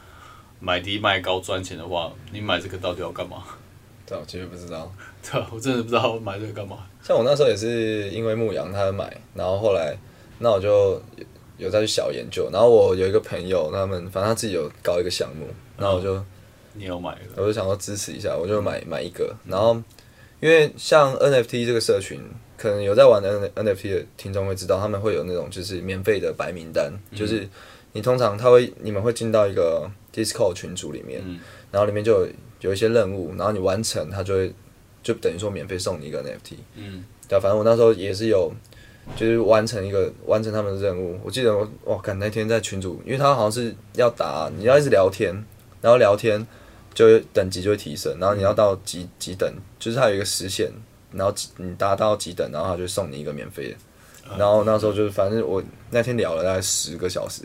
Speaker 1: 买低卖高赚钱的话，你买这个到底要干嘛？
Speaker 2: 对，啊我其实不知道。
Speaker 1: 对啊，我真的不知道我买这个干嘛。
Speaker 2: 像我那时候也是因为牧羊他买，然后后来那我就有再去小研究。然后我有一个朋友，他们反正他自己有搞一个项目，然后我就、
Speaker 1: 你有买
Speaker 2: 我
Speaker 1: 了？
Speaker 2: 就想要支持一下，我就买买一个。然后因为像 NFT 这个社群，可能有在玩 N NFT 的听众会知道，他们会有那种就是免费的白名单，
Speaker 1: 嗯
Speaker 2: 就是你通常他会你们会进到一个 Discord 群组里面，
Speaker 1: 嗯
Speaker 2: 然后里面就有有一些任务，然后你完成，他就会就等于说免费送你一个 NFT。
Speaker 1: 嗯，
Speaker 2: 对啊，反正我那时候也是有，就是完成一个完成他们的任务。我记得我哇，看那天在群主，因为他好像是要打，你要一直聊天，然后聊天就会等级就会提升，然后你要到几几等，就是它有一个时限，然后几你达到几等，然后他就送你一个免费的。
Speaker 1: 啊
Speaker 2: 然后那时候就是，反正我那天聊了大概十个小 时，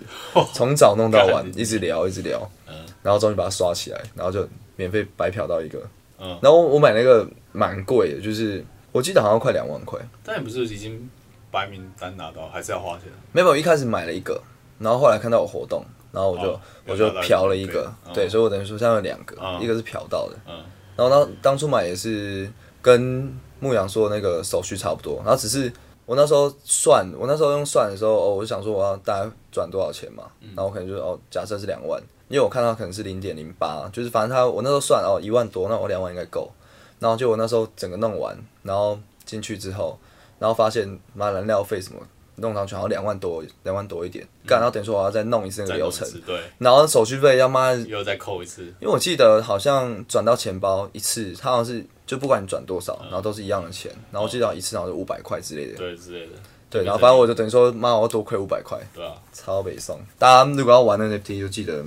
Speaker 2: 从早弄到晚，
Speaker 1: 干
Speaker 2: 一直聊一直聊
Speaker 1: 嗯，
Speaker 2: 然后终于把它刷起来，然后就免费白嫖到一个
Speaker 1: 嗯。
Speaker 2: 然后我买那个蛮贵的，就是我记得好像快两万块。
Speaker 1: 但你不是已经白名单拿到，还是要花钱？
Speaker 2: 没有，我一开始买了一个，然后后来看到有活动，然后我就、
Speaker 1: 哦
Speaker 2: 我就
Speaker 1: 有拿到
Speaker 2: 嫖了
Speaker 1: 一
Speaker 2: 一
Speaker 1: 个
Speaker 2: 个，
Speaker 1: 对
Speaker 2: 对，
Speaker 1: 嗯
Speaker 2: 所以我等于说现在有两个，
Speaker 1: 嗯
Speaker 2: 一个是嫖到的，
Speaker 1: 嗯
Speaker 2: 然后当当初买也是跟牧羊说的那个手续差不多，然后只是我那时候算，我那时候用算的时候，哦，我就想说我要大概赚多少钱嘛，
Speaker 1: 嗯
Speaker 2: 然后我可能就是哦，假设是两万，因为我看到可能是零点零八，就是反正他我那时候算哦一万多，那我两万应该够，然后就我那时候整个弄完，然后进去之后，然后发现妈燃料费什么弄上去好像两万多，两万多一点，干，然后等于说我要再弄一次那个
Speaker 1: 嗯再
Speaker 2: 流
Speaker 1: 弄一
Speaker 2: 程，
Speaker 1: 次对，
Speaker 2: 然后手续费他妈
Speaker 1: 又再扣一次，
Speaker 2: 因为我记得好像转到钱包一次，它好像是就不管你转多少，
Speaker 1: 嗯
Speaker 2: 然后都是一样的钱。然后我记得好像一次好像是五百块之类的。
Speaker 1: 对之类的。
Speaker 2: 对，然后反正我就等于说，妈，我要多亏五百块，
Speaker 1: 对啊，
Speaker 2: 超北送。大家如果要玩 NFT，就记得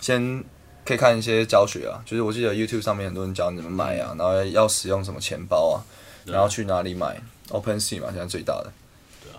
Speaker 2: 先可以看一些教学啊，就是我记得 YouTube 上面很多人教你怎么买啊，然后要使用什么钱包啊，然后去哪里买，OpenSea 嘛，现在最大的。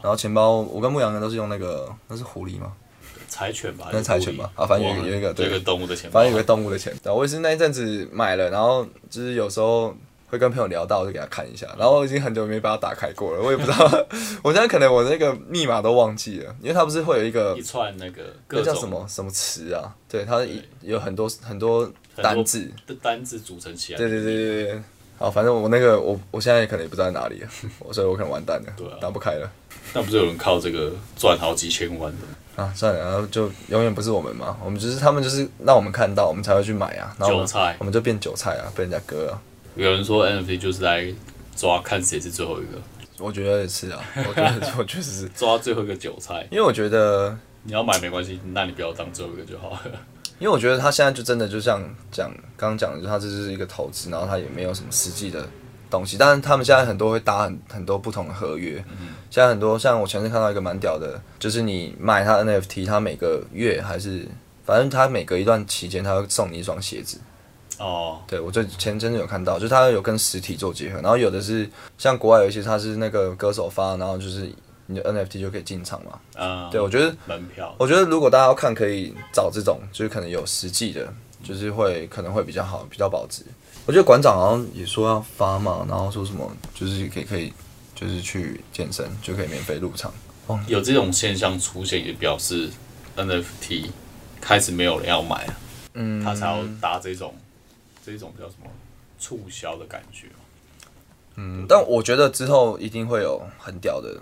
Speaker 2: 然后钱包，我跟牧羊人都是用那个，那是狐狸吗？
Speaker 1: 啊柴犬吧，
Speaker 2: 那
Speaker 1: 还是
Speaker 2: 柴
Speaker 1: 狐
Speaker 2: 犬
Speaker 1: 狸
Speaker 2: 吧啊反正有一个
Speaker 1: 我忘了
Speaker 2: 有一个对
Speaker 1: 有一个动物的钱包，啊
Speaker 2: 反正有个动物的钱。啊然后我也是那一阵子买了，然后就是有时候会跟朋友聊到，我就给他看一下。然后我已经很久没把它打开过了，我也不知道， 我现在可能我那个密码都忘记了，因为它不是会有一个
Speaker 1: 一串那个各
Speaker 2: 那
Speaker 1: 种
Speaker 2: 叫什么什么词啊？对，它一有很多很多
Speaker 1: 很多
Speaker 2: 单字。
Speaker 1: 的单字组成起来。
Speaker 2: 对对对对对。好，反正我那个我我现在可能也不知道在哪里了，我所以我可能完蛋了，
Speaker 1: 对啊
Speaker 2: 打不开了
Speaker 1: 那不是有人靠这个赚好几千万的？
Speaker 2: 啊，算了，然后就永远不是我们嘛，我们就是他们就是让我们看到，我们才会去买啊，然后我们
Speaker 1: 韭菜
Speaker 2: 我们就变韭菜啊，被人家割啊。
Speaker 1: 有人说 NFT 就是来抓看谁是最后一个，
Speaker 2: 我觉得是啊，我觉得 我确实是，
Speaker 1: 抓最后一个韭菜。
Speaker 2: 因为我觉得，
Speaker 1: 你要买没关系，那你不要当最后一个就好了。
Speaker 2: 因为我觉得他现在就真的就像讲刚刚讲的，就他这是一个投资，然后他也没有什么实际的东西。但是他们现在很多会搭很很多不同的合约，现在很多像我前阵看到一个蛮屌的，就是你买他 NFT，他每个月还是反正他每隔一段期间，他会送你一双鞋子。
Speaker 1: 哦，
Speaker 2: 对我最前阵子有看到，就是它有跟实体做结合，然后有的是像国外有一些它是那个歌手发，然后就是你的 NFT 就可以进场嘛。
Speaker 1: 嗯，
Speaker 2: 对我觉得。
Speaker 1: 门票，
Speaker 2: 我觉得如果大家要看，可以找这种就是可能有实际的，就是会可能会比较好，比较保值。我觉得馆长好像也说要发嘛，然后说什么就是可以可以就是去健身就可以免费入场。
Speaker 1: 有这种现象出现，也表示 NFT 开始没有人要买了，
Speaker 2: 嗯，
Speaker 1: 他才要搭这种这种叫什么促销的感觉。
Speaker 2: 嗯但我觉得之后一定会有很屌的、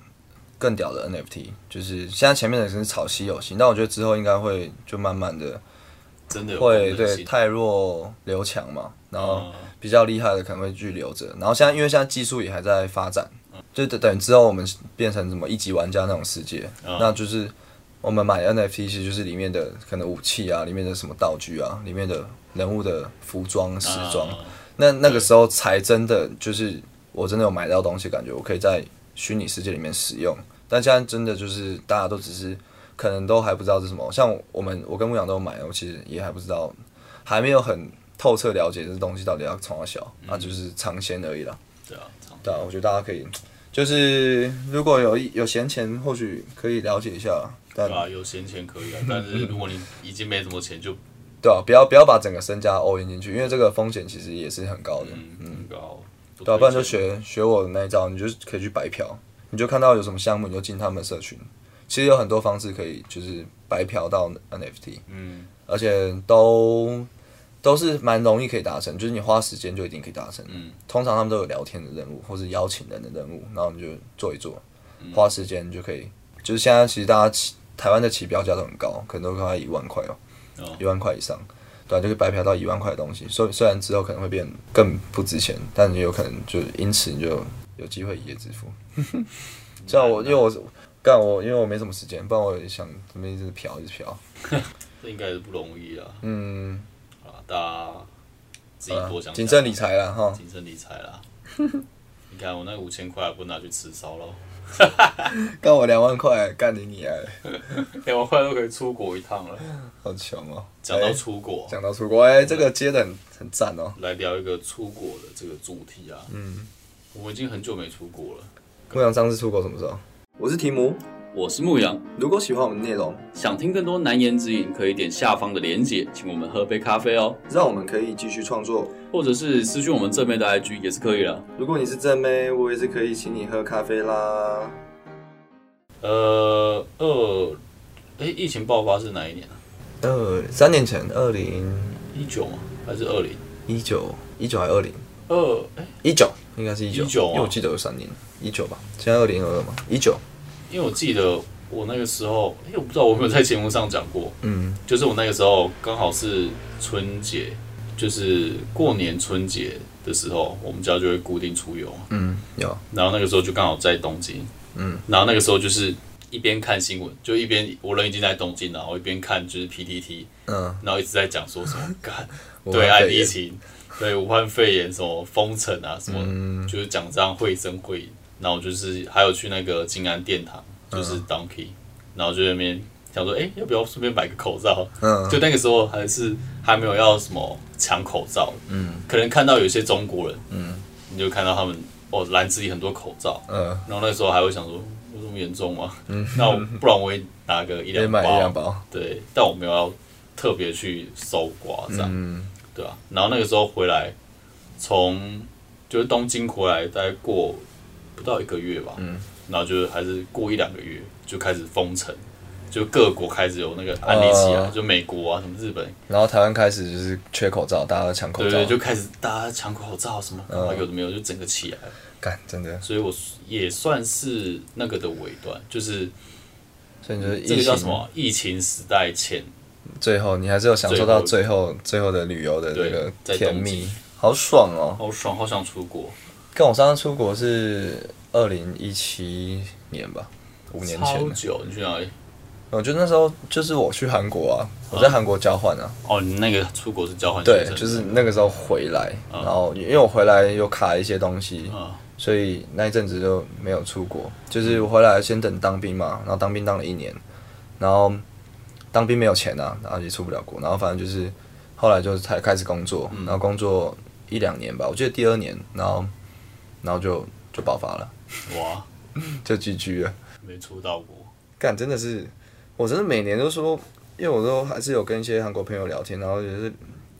Speaker 2: 更屌的 NFT，就是现在前面的只是炒稀有性，但我觉得之后应该会就慢慢的
Speaker 1: 真的有
Speaker 2: 会
Speaker 1: 功能
Speaker 2: 对
Speaker 1: 性
Speaker 2: 太弱留强嘛，然后。
Speaker 1: 嗯
Speaker 2: 比较厉害的可能会去留着。然后现在因为现在技术也还在发展，就等等之后我们变成什么一级玩家那种世界，那就是我们买 NFT 其实就是里面的可能武器啊，里面的什么道具啊，里面的人物的服装、时装。
Speaker 1: 嗯
Speaker 2: 那那个时候才真的就是我真的有买到东西，感觉我可以在虚拟世界里面使用。但现在真的就是大家都只是可能都还不知道是什么，像我们我跟牧羊都有买，我其实也还不知道，还没有很透彻了解这东西到底要从哪小，那、就是尝鲜而已啦。
Speaker 1: 对啊，这样
Speaker 2: 对啊，我觉得大家可以，就是如果有一有闲钱，或许可以了解一下，但
Speaker 1: 对啊，有闲钱可以啊，但是如果你已经没什么钱，就
Speaker 2: 对啊，不要不要把整个身家 all in 进去，因为这个风险其实也是很高的。
Speaker 1: 嗯很高。
Speaker 2: 对、啊，不然就
Speaker 1: 推荐
Speaker 2: 学学我的那一招，你就可以去白嫖，你就看到有什么项目你就进他们社群。其实有很多方式可以就是白嫖到 NFT，
Speaker 1: 嗯，
Speaker 2: 而且都都是蛮容易可以达成，就是你花时间就一定可以达成。
Speaker 1: 嗯，
Speaker 2: 通常他们都有聊天的任务或是邀
Speaker 1: 嗯
Speaker 2: 请人的任务，然后你就做一做，花时间就可以。就是现在其实大家台湾的起标价都很高，可能都快一万块哦
Speaker 1: 哦，
Speaker 2: 一万块以上，对啊，就是白嫖到一万块的东西。所以虽然之后可能会变更不值钱，但也有可能就因此你就有机会一夜 致富。这样我因为我干我因为我没什么时间，不然我也想这么一直嫖一直嫖。
Speaker 1: 这应该是不容易啦。
Speaker 2: 嗯，
Speaker 1: 好啦，大家自己
Speaker 2: 啊
Speaker 1: 多想想，
Speaker 2: 谨慎理财啦哈。
Speaker 1: 谨慎理财啦。 你看我那五千块还不拿去吃烧 肉，
Speaker 2: 干我两万块，干你你啊，
Speaker 1: 两万块都可以出国一趟了。
Speaker 2: 好穷哦。
Speaker 1: 讲到
Speaker 2: 哎
Speaker 1: 出国，
Speaker 2: 讲到出国，哎、这个接的很很赞哦。
Speaker 1: 来聊一个出国的这个主题啊。嗯，我已经很久没出国了。
Speaker 2: 牧羊上次出国什么时候？我是提姆。
Speaker 1: 我是牧羊，
Speaker 2: 如果喜欢我们的内容，
Speaker 1: 想听更多难言之隐，可以点下方的连结，请我们喝杯咖啡哦，
Speaker 2: 让我们可以继续创作。
Speaker 1: 或者是私讯我们正妹的 IG 也是可以的。
Speaker 2: 如果你是正妹，我也是可以请你喝咖啡啦。
Speaker 1: 呃，二，哎，疫情爆发是哪一年啊？
Speaker 2: 二三年前，二零
Speaker 1: 一九吗？还是二零？
Speaker 2: 一九一九还二零
Speaker 1: 二，哎，
Speaker 2: 一九，应该是一九，
Speaker 1: 19啊
Speaker 2: 因为我记得有三年，一九吧，现在二零二二嘛，一九，
Speaker 1: 因为我记得我那个时候，哎，我不知道我有没有在节目上讲过，
Speaker 2: 嗯
Speaker 1: 就是我那个时候刚好是春节，就是过年春节的时候，我们家就会固定出游嘛，
Speaker 2: 嗯，有，
Speaker 1: 然后那个时候就刚好在东京，
Speaker 2: 嗯，
Speaker 1: 然后那个时候就是一边看新闻，就一边我人已经在东京了，然后一边看就是 PTT，
Speaker 2: 嗯，
Speaker 1: 然后一直在讲说什么干
Speaker 2: 武汉
Speaker 1: 对岸
Speaker 2: 肺炎
Speaker 1: 疫情，对武汉肺炎什么封城啊什么，
Speaker 2: 嗯
Speaker 1: 就是讲这样绘声绘影，然后就是还有去那个静安殿堂，
Speaker 2: 嗯
Speaker 1: 就是 Donkey，、然后就在那边想说，哎、要不要顺便买个口罩？
Speaker 2: 嗯
Speaker 1: 就那个时候还是还没有要什么抢口罩，嗯，可能看到有些中国人，嗯，你就看到他们哦篮子里很多口罩，
Speaker 2: 嗯，
Speaker 1: 然后那时候还会想说有这么严重吗？那我不然我也拿个一
Speaker 2: 也
Speaker 1: 两
Speaker 2: 买一两
Speaker 1: 包，啊
Speaker 2: 包，
Speaker 1: 对，但我没有要特别去搜刮这样，
Speaker 2: 嗯
Speaker 1: 对啊，然后那个时候回来，从就是东京回来，大概过不到一个月吧，嗯，然后就是还是过一两个月就开始封城，就各国开始有那个案例起来，
Speaker 2: 哦
Speaker 1: 就美国啊什么日本，
Speaker 2: 然后台湾开始就是缺口罩，大家都抢口
Speaker 1: 对
Speaker 2: 罩，
Speaker 1: 对，就开始大家抢口罩什么，干嘛有的没有就整个起来了，
Speaker 2: 干真的，
Speaker 1: 所以我也算是那个的尾端，就是
Speaker 2: 所以你就是
Speaker 1: 这
Speaker 2: 疫
Speaker 1: 个叫
Speaker 2: 情
Speaker 1: 什么啊疫情时代前，
Speaker 2: 最后你还是有享受到最后最后的旅游的那个
Speaker 1: 对在
Speaker 2: 甜
Speaker 1: 东京
Speaker 2: 蜜，好爽哦。
Speaker 1: 好爽，好想出国，
Speaker 2: 跟我上次出国是二零一七年吧，五年前
Speaker 1: 超
Speaker 2: 了。
Speaker 1: 久，你去哪里？
Speaker 2: 我觉得那时候就是我去韩国啊，我
Speaker 1: 嗯
Speaker 2: 在韩国交换啊，
Speaker 1: 哦，你那个出国是交换
Speaker 2: 对
Speaker 1: 学生，，
Speaker 2: 就是那个时候回来，然后因为我回来有卡一些东西，
Speaker 1: 嗯
Speaker 2: 所以那一阵子就没有出国。就是我回来先等当兵嘛，然后当兵当了一年，然后当兵没有钱啊，然后也出不了国，然后反正就是后来就才开始工作，然后工作一两年吧，我记得第二年，然后然后就就爆发了，
Speaker 1: 哇，
Speaker 2: 就 GG 了。
Speaker 1: 没出到国，
Speaker 2: 干真的是，我真的每年都说，因为我都还是有跟一些韩国朋友聊天，然后也是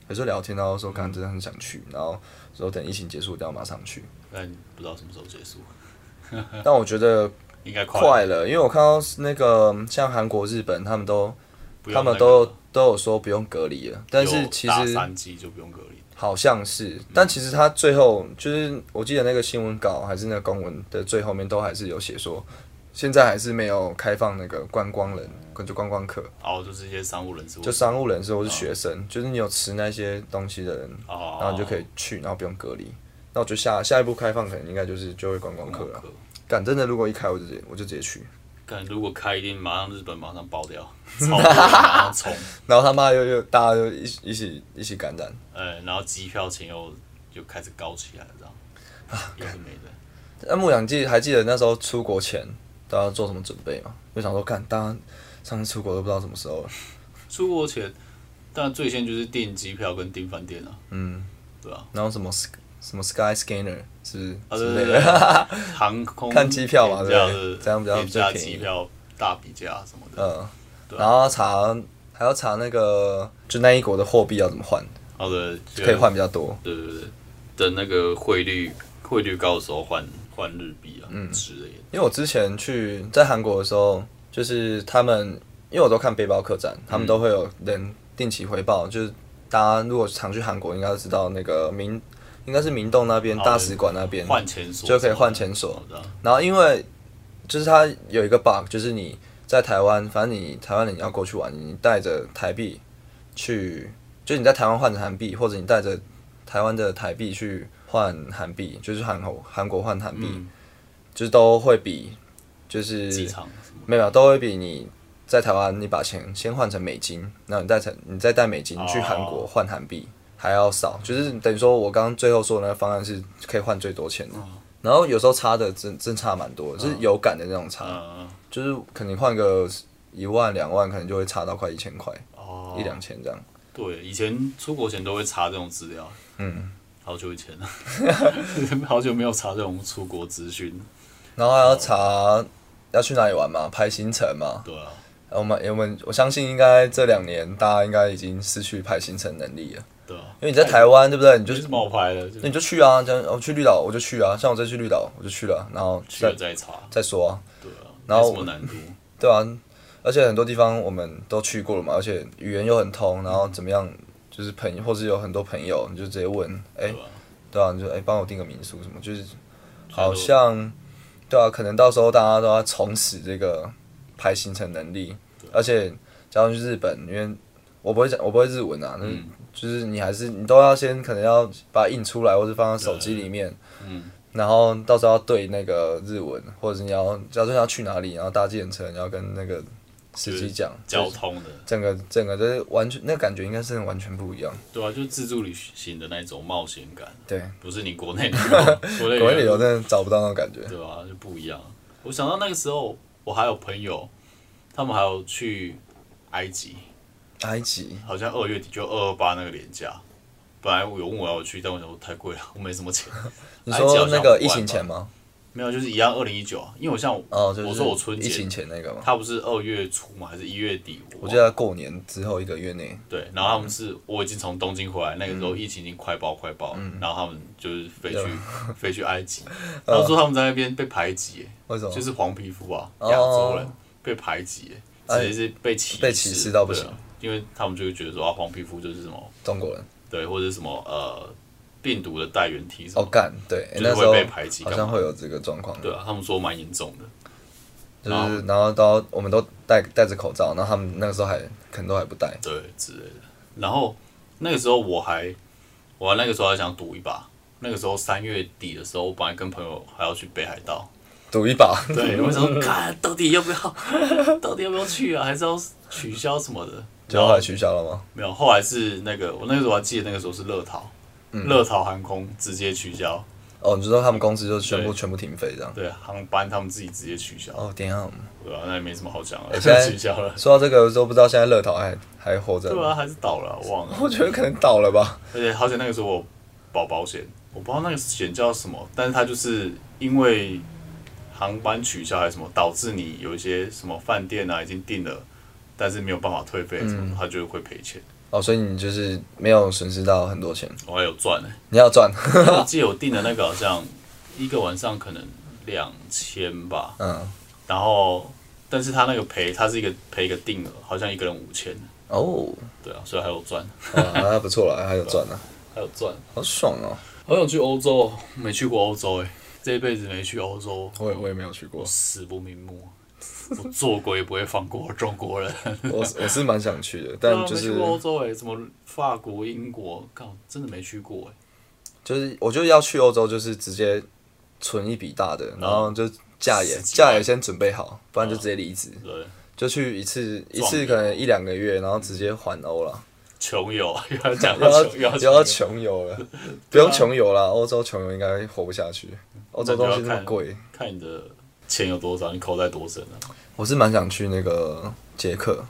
Speaker 2: 有时候聊天，然后说干真的很想去，然后说等疫情结束一定要马上去。
Speaker 1: 但不知道什么时候结束，
Speaker 2: 但我觉得
Speaker 1: 应该嗯快了，
Speaker 2: 快了，因为我看到那个像韩国、日本他们都
Speaker 1: 不
Speaker 2: 他
Speaker 1: 用那
Speaker 2: 们
Speaker 1: 个
Speaker 2: 都都有说不用隔离了，但
Speaker 1: 有
Speaker 2: 是其
Speaker 1: 打
Speaker 2: 实
Speaker 1: 三嗯剂就不用隔离，
Speaker 2: 好像是，但其实他最后就是我记得那个新闻稿还是那个公文的最后面都还是有写说，现在还是没有开放那个观光人跟就观光客。
Speaker 1: 然后哦就是一些商务人士，
Speaker 2: 就商务人士或是学生，就是你有持那些东西的人，
Speaker 1: 哦，
Speaker 2: 然后你就可以去，然后不用隔离。那我觉得下下一步开放可能应该就是就会观光客了。
Speaker 1: 可
Speaker 2: 敢真的如果一开我就直接我就直接去，
Speaker 1: 看如果开一定马上日本马上爆掉， 超多人马上冲，
Speaker 2: 然后他妈又又大家又一起一起一起感染，
Speaker 1: 呃，然后机票钱又又开始高起来了，这样
Speaker 2: 啊
Speaker 1: 也是没的。
Speaker 2: 那牧羊记还记得那时候出国前大家做什么准备吗？就想说，看大家上次出国都不知道什么时候了。
Speaker 1: 出国前，当然最先就是订机票跟订饭店啊，
Speaker 2: 嗯，
Speaker 1: 对啊，
Speaker 2: 然后什么 Sk- 什么 Sky Scanner 是
Speaker 1: 啊
Speaker 2: 不
Speaker 1: 对
Speaker 2: 是之
Speaker 1: 对
Speaker 2: 类
Speaker 1: 对，
Speaker 2: 的，
Speaker 1: 航空
Speaker 2: 看机票嘛
Speaker 1: 廉价
Speaker 2: 对不
Speaker 1: 的
Speaker 2: 对这样比较
Speaker 1: 廉价
Speaker 2: 最便宜
Speaker 1: 机票大比价什么 的，
Speaker 2: 嗯，
Speaker 1: 啊
Speaker 2: 然后查还要查那个就那一国的货币要怎么换，
Speaker 1: 好的，就
Speaker 2: 可以换比较多。
Speaker 1: 哦对对对，等那个汇率汇率高的时候换换日币啊，
Speaker 2: 嗯
Speaker 1: 之类的。
Speaker 2: 因为我之前去在韩国的时候，就是他们，因为我都看背包客栈，他们都会有人定期回报，就是大家如果常去韩国，应该都知道那个明，应该是明洞那边
Speaker 1: 哦
Speaker 2: 大使馆那边，
Speaker 1: 换钱所
Speaker 2: 就可以换
Speaker 1: 钱
Speaker 2: 钱所
Speaker 1: 好的啊，
Speaker 2: 然后因为就是它有一个 bug，就是你在台湾，反正你台湾人你要过去玩，你带着台币去，就是你在台湾换成韩币，或者你带着台湾的台币去换韩币，就是韩国韩国换韩币，
Speaker 1: 嗯
Speaker 2: 就是都会比就是
Speaker 1: 机场什么
Speaker 2: 没有，都会比你在台湾你把钱先换成美金，那你再成你再带美金去韩
Speaker 1: 哦
Speaker 2: 国换韩币还要少，就是等于说我刚刚最后说的那个方案是可以换最多钱的，
Speaker 1: 哦
Speaker 2: 然后有时候差的真真差蛮多的，就是有感的那种差，
Speaker 1: 嗯
Speaker 2: 就是可能换个一万两万，可能就会差到快一千块、
Speaker 1: 哦
Speaker 2: 一两千这样。
Speaker 1: 对，以前出国前都会查这种资料，嗯，好久以前 了，好久没有查这种出国资讯，
Speaker 2: 然后还要查要去哪里玩嘛，排行程嘛。
Speaker 1: 对啊，
Speaker 2: 然后我们我们我相信应该这两年大家应该已经失去排行程能力了，
Speaker 1: 对啊，
Speaker 2: 因为你在台湾对不对？你就
Speaker 1: 就是冒牌的，就
Speaker 2: 那你就去啊，这样我去绿岛我就去啊，像我这次去绿岛我就去了，然后
Speaker 1: 去了
Speaker 2: 再
Speaker 1: 再查，
Speaker 2: 再说啊，
Speaker 1: 对啊，
Speaker 2: 然
Speaker 1: 没
Speaker 2: 后
Speaker 1: 什么难度，
Speaker 2: 对啊，而且很多地方我们都去过了嘛，而且语言又很通，然后怎么样，就是朋友或是有很多朋友，你就直接问，哎、
Speaker 1: 对吧？
Speaker 2: 对啊，你就哎帮、我订个民宿什么，就是
Speaker 1: 以
Speaker 2: 好
Speaker 1: 都
Speaker 2: 像对啊，可能到时候大家都要重拾这个排行程能力，而且加上去日本，因为我不会讲，我不会日文啊，那、
Speaker 1: 嗯
Speaker 2: 就是你还是你都要先可能要把它印出来，或是放到手机里面，
Speaker 1: 嗯，
Speaker 2: 然后到时候要对那个日文，或者是你要假设要去哪里，然后搭计程车，你要跟那个司机讲，
Speaker 1: 交
Speaker 2: 就是
Speaker 1: 通的，
Speaker 2: 整个整个就是完全那感觉应该是完全不一样，
Speaker 1: 对啊，就是自助旅行的那种冒险感，啊
Speaker 2: 对，
Speaker 1: 不是你国内旅游，国内
Speaker 2: 国内旅游真的找不到那种感觉，
Speaker 1: 对啊，就不一样。我想到那个时候，我还有朋友，他们还有去埃及，
Speaker 2: 埃及。
Speaker 1: 好像二月底就二二八那个年假。本来我有问我要去，但我想说太贵了， 我没什么钱。
Speaker 2: 你
Speaker 1: 埃及好
Speaker 2: 说
Speaker 1: 像
Speaker 2: 那个
Speaker 1: 五万
Speaker 2: 疫情
Speaker 1: 吧
Speaker 2: 前吗？
Speaker 1: 没有，就是一样二零一九啊，因为我像我,、
Speaker 2: 哦，就是
Speaker 1: 我说我春
Speaker 2: 疫
Speaker 1: 节
Speaker 2: 情，前那个嘛，
Speaker 1: 他不是二月初嘛，还是一月底？我
Speaker 2: 我
Speaker 1: 忘
Speaker 2: 记
Speaker 1: 了
Speaker 2: 得过年之后一个月内，
Speaker 1: 对，然后他们是、我已经从东京回来，那个时
Speaker 2: 嗯
Speaker 1: 候疫情已经快爆快爆了，然后他们就是飞去 飞去埃及，
Speaker 2: 嗯
Speaker 1: 他们说他们在那边被排挤、欸
Speaker 2: 为什么？
Speaker 1: 就是黄皮肤啊，
Speaker 2: 嗯哦哎
Speaker 1: 亚洲人被排挤欸，直接是被歧视
Speaker 2: 被歧视到不行
Speaker 1: 对啊因为他们就会觉得说啊，黄皮肤就是什么
Speaker 2: 中国人
Speaker 1: 对，或者是什么呃病毒的带源体什
Speaker 2: 哦，
Speaker 1: 么，
Speaker 2: 干对，欸
Speaker 1: 就是
Speaker 2: 那时
Speaker 1: 会
Speaker 2: 候
Speaker 1: 被排挤
Speaker 2: 好
Speaker 1: 干
Speaker 2: 像
Speaker 1: 嘛
Speaker 2: 会有这个状况，
Speaker 1: 对啊，他们说蛮严重的，
Speaker 2: 就
Speaker 1: 然
Speaker 2: 是然后到我们都戴戴着口罩，然后他们那个时候还可能都还不戴，
Speaker 1: 对之类的。然后那个时候我还我那个时候还想赌一把，那个时候三月底的时候，我本来跟朋友还要去北海道，
Speaker 2: 赌一把，
Speaker 1: 对，我想说看到底要不要，到底要不要去啊，还是要取消什么的，
Speaker 2: 结果后来取消了吗？
Speaker 1: 没有，后来是那个，我那个时候还记得，那个时候是乐桃，
Speaker 2: 嗯
Speaker 1: 乐、桃航空直接取消，
Speaker 2: 哦，你就说他们公司就全部
Speaker 1: 对
Speaker 2: 全部停飞这样。
Speaker 1: 对，航班他们自己直接取消，
Speaker 2: 哦，等一下，
Speaker 1: 对啊？那也没什么好讲了，
Speaker 2: 现 在
Speaker 1: 取消了，
Speaker 2: 说到这个，都不知道现在乐淘还还活着
Speaker 1: 对
Speaker 2: 吗。
Speaker 1: 啊，还是倒了，忘了。
Speaker 2: 我觉得可能倒了吧。
Speaker 1: 而且好险那个时候我保保险，我不知道那个险叫什么，但是它就是因为航班取消还是什么，导致你有一些什么饭店啊已经订了，但是没有办法退费什么的，它就会赔钱。
Speaker 2: 哦，所以你就是没有损失到很多钱，
Speaker 1: 我还有赚呢、
Speaker 2: 你要赚。
Speaker 1: 我记得我订的那个好像一个晚上可能两千吧，
Speaker 2: 嗯，
Speaker 1: 然后但是他那个赔，他是一个赔一个定额，好像一个人五千，
Speaker 2: 哦，
Speaker 1: 对啊，所以还有赚，
Speaker 2: 哇，还不错了，还有赚了，
Speaker 1: 还有赚。
Speaker 2: 好爽哦。
Speaker 1: 好想去欧洲哦，没去过欧洲哎、这一辈子没去欧洲，哦
Speaker 2: 我也我也没有去过，
Speaker 1: 死不瞑目。我做鬼也不会放过中国人，
Speaker 2: 我是我是蛮想去的，
Speaker 1: 对啊
Speaker 2: 但就
Speaker 1: 没去
Speaker 2: 是
Speaker 1: 过欧洲哎、什么法国、英国，靠，真的没去过哎、
Speaker 2: 就是我觉得要去欧洲，就是直接存一笔大的，然后就假也
Speaker 1: 十几万哦
Speaker 2: 假也先准备好，不然就直接离职，
Speaker 1: 对，
Speaker 2: 就去一次一
Speaker 1: 壮
Speaker 2: 次
Speaker 1: 游
Speaker 2: 可能一两个月，然后直接环欧了，
Speaker 1: 穷游又要讲
Speaker 2: 又
Speaker 1: 到
Speaker 2: 要
Speaker 1: 穷，嗯 又要
Speaker 2: 又要
Speaker 1: 穷啊游
Speaker 2: 穷游了，不用穷游了，欧洲穷游应该活不下去，欧洲东西那么贵，
Speaker 1: 看你的钱有多少，你口袋多深啊？
Speaker 2: 我是蛮想去那个捷克、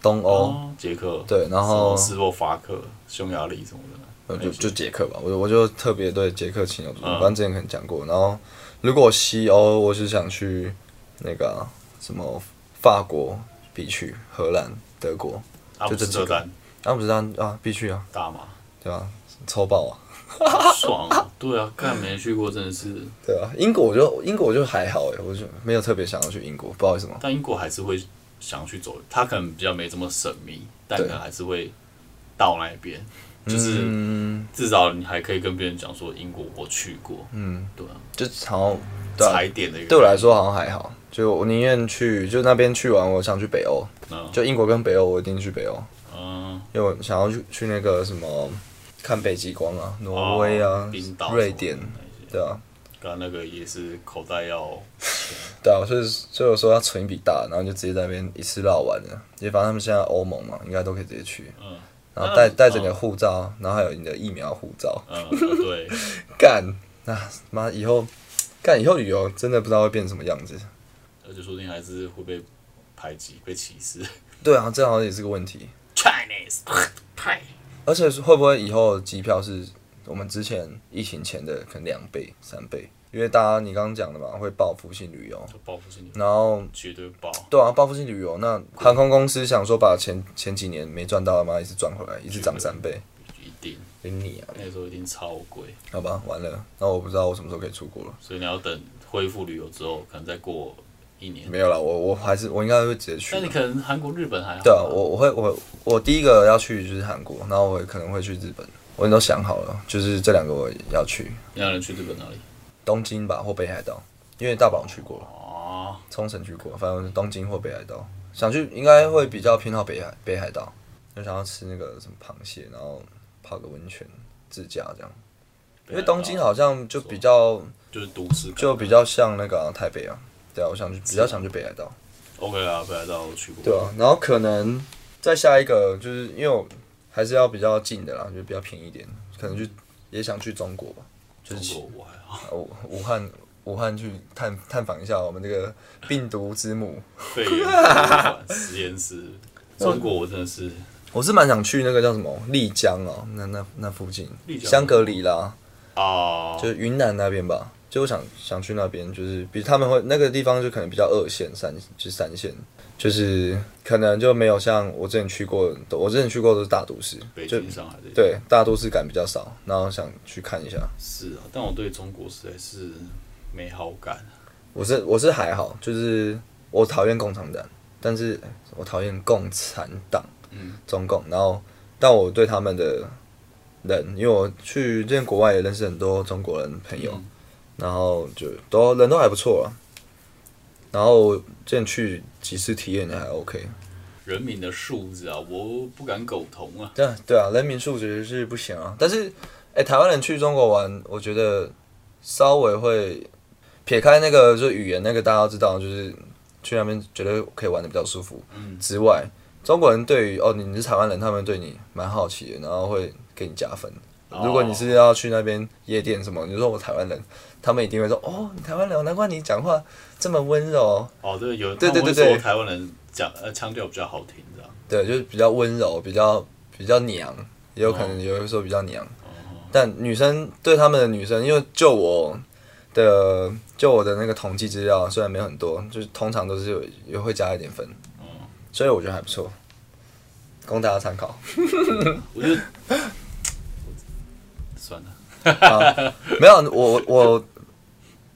Speaker 2: 东欧，
Speaker 1: 哦，捷克，
Speaker 2: 对哦然后
Speaker 1: 什么斯洛伐克、匈牙利什么的，
Speaker 2: 呃就就捷克吧，我我就特别对捷克情有独钟，
Speaker 1: 嗯
Speaker 2: 反正之前可能讲过，然后如果西欧，我是想去那个啊什么法国必去，荷兰、德国。
Speaker 1: 阿姆斯特丹、
Speaker 2: 阿姆斯特丹啊，必去啊，
Speaker 1: 大 马，
Speaker 2: 对吧、抽爆啊，
Speaker 1: 爽啊！对啊，看没去过真的是，
Speaker 2: 对啊。英国我就英国我就还好哎，我就没有特别想要去英国，不知道为什么。
Speaker 1: 但英国还是会想去走，他可能比较没这么神秘，但可能还是会到那边，就是
Speaker 2: 嗯，
Speaker 1: 至少你还可以跟别人讲说英国我去过，嗯，对啊，
Speaker 2: 就好像对啊
Speaker 1: 踩点的原因。
Speaker 2: 对我来说好像还好，就我宁愿去，就那边去玩，我想去北欧，
Speaker 1: 嗯
Speaker 2: 就英国跟北欧，我一定去北欧，
Speaker 1: 嗯，
Speaker 2: 因为我想要去去那个什么看北极光啊，挪威啊
Speaker 1: 哦、冰岛、
Speaker 2: 瑞典，对啊，
Speaker 1: 刚刚那个也是口袋要
Speaker 2: 对啊，所以所以我说要存一笔大，然后就直接在那边一次绕完了，也反正他们现在欧盟嘛，应该都可以直接去，
Speaker 1: 嗯
Speaker 2: 然后带
Speaker 1: 嗯
Speaker 2: 带着你的护照，然后还有你的疫苗护照，
Speaker 1: 嗯，对，
Speaker 2: 干，那、妈以后干以后旅游真的不知道会变什么样子。
Speaker 1: 而且说不定还是会被排挤、被歧视。
Speaker 2: 对啊，这好像也是个问题。
Speaker 1: Chinese，派
Speaker 2: 而且会不会以后机票是我们之前疫情前的可能两倍、三倍？因为大家你刚刚讲的嘛，会报复性旅游，
Speaker 1: 就报复性旅游，
Speaker 2: 然后
Speaker 1: 绝对报，
Speaker 2: 对啊，报复性旅游，那航空公司想说把前前几年没赚到的嘛，一次赚回来，一次涨三倍，
Speaker 1: 一定
Speaker 2: 顶你啊！
Speaker 1: 那时候一定超贵，
Speaker 2: 好吧，完了，那我不知道我什么时候可以出国了。
Speaker 1: 所以你要等恢复旅游之后，可能再过一年。
Speaker 2: 没有啦，我我还是我应该会直接去
Speaker 1: 但。你可能韩国、日本还好吧。
Speaker 2: 对啊，我我会我我第一个要去就是韩国，然后我也可能会去日本，我都想好了，就是这两个我要去，
Speaker 1: 你要能去日本哪里？
Speaker 2: 东京吧或北海道，因为大阪我去过了。
Speaker 1: 哦，
Speaker 2: 冲绳去过，反正东京或北海道，想去应该会比较偏好北海北海道，就想要吃那个什么螃蟹，然后泡个温泉自驾这样。因为东京好像就比较
Speaker 1: 就是都市感，
Speaker 2: 就比较像那个啊、台北啊，对啊，我想去比较想去北海道，
Speaker 1: OK 啊，北海道我去过。
Speaker 2: 对啊，然后可能再下一个就是因为我还是要比较近的啦，就比较便宜一点，可能去也想去中国吧，就
Speaker 1: 中
Speaker 2: 是
Speaker 1: 国我还好，
Speaker 2: 呃武武汉武汉去探探访一下我们这个病毒之母。
Speaker 1: 肺炎博物馆实验室，中国我真的是
Speaker 2: 我是蛮想去那个叫什么丽江哦，那那那附近
Speaker 1: 丽，江
Speaker 2: 香格里拉，
Speaker 1: 啊，
Speaker 2: 就是云南那边吧。就我想想去那边，就是比他们会那个地方就可能比较二线、三就是三线，就是可能就没有像我之前去过，我之前去过都是大都市，
Speaker 1: 北
Speaker 2: 就
Speaker 1: 京、上海这些。
Speaker 2: 对大都市感比较少，然后想去看一下。
Speaker 1: 是啊，但我对中国实在是没好感。啊
Speaker 2: 我是我是还好，就是我讨厌共产党，但是我讨厌共产党，
Speaker 1: 嗯
Speaker 2: 中共。然后，但我对他们的人，因为我去这前国外也认识很多中国人朋友，
Speaker 1: 嗯
Speaker 2: 然后就都人都还不错啊。然后之前去几次体验也还 OK，
Speaker 1: 人民的素质啊，我不敢苟同啊。
Speaker 2: 对啊对啊，人民素质是不行啊。但是，哎、台湾人去中国玩，我觉得稍微会撇开那个就是语言那个大家都知道，就是去那边觉得可以玩的比较舒服
Speaker 1: 嗯，
Speaker 2: 之外，中国人对于哦你是台湾人，他们对你蛮好奇的，然后会给你加分。
Speaker 1: 哦
Speaker 2: 如果你是要去那边夜店什么，你说我台湾人，他们一定会说哦，你台湾人，难怪你讲话这么温柔，
Speaker 1: 哦，对，有人
Speaker 2: 对对
Speaker 1: 他们
Speaker 2: 对
Speaker 1: 会
Speaker 2: 对
Speaker 1: 说台湾人讲呃腔调比较好听，这样。
Speaker 2: 对，就是比较温柔，比较比较娘，也有可能有人说比较娘。
Speaker 1: 哦，
Speaker 2: 但女生对他们的女生，因为就我的就我的那个统计资料，虽然没有很多，就是通常都是有也会加一点分，
Speaker 1: 嗯，
Speaker 2: 所以我觉得还不错，供大家参考。
Speaker 1: 我觉得 算了，
Speaker 2: 没有，我我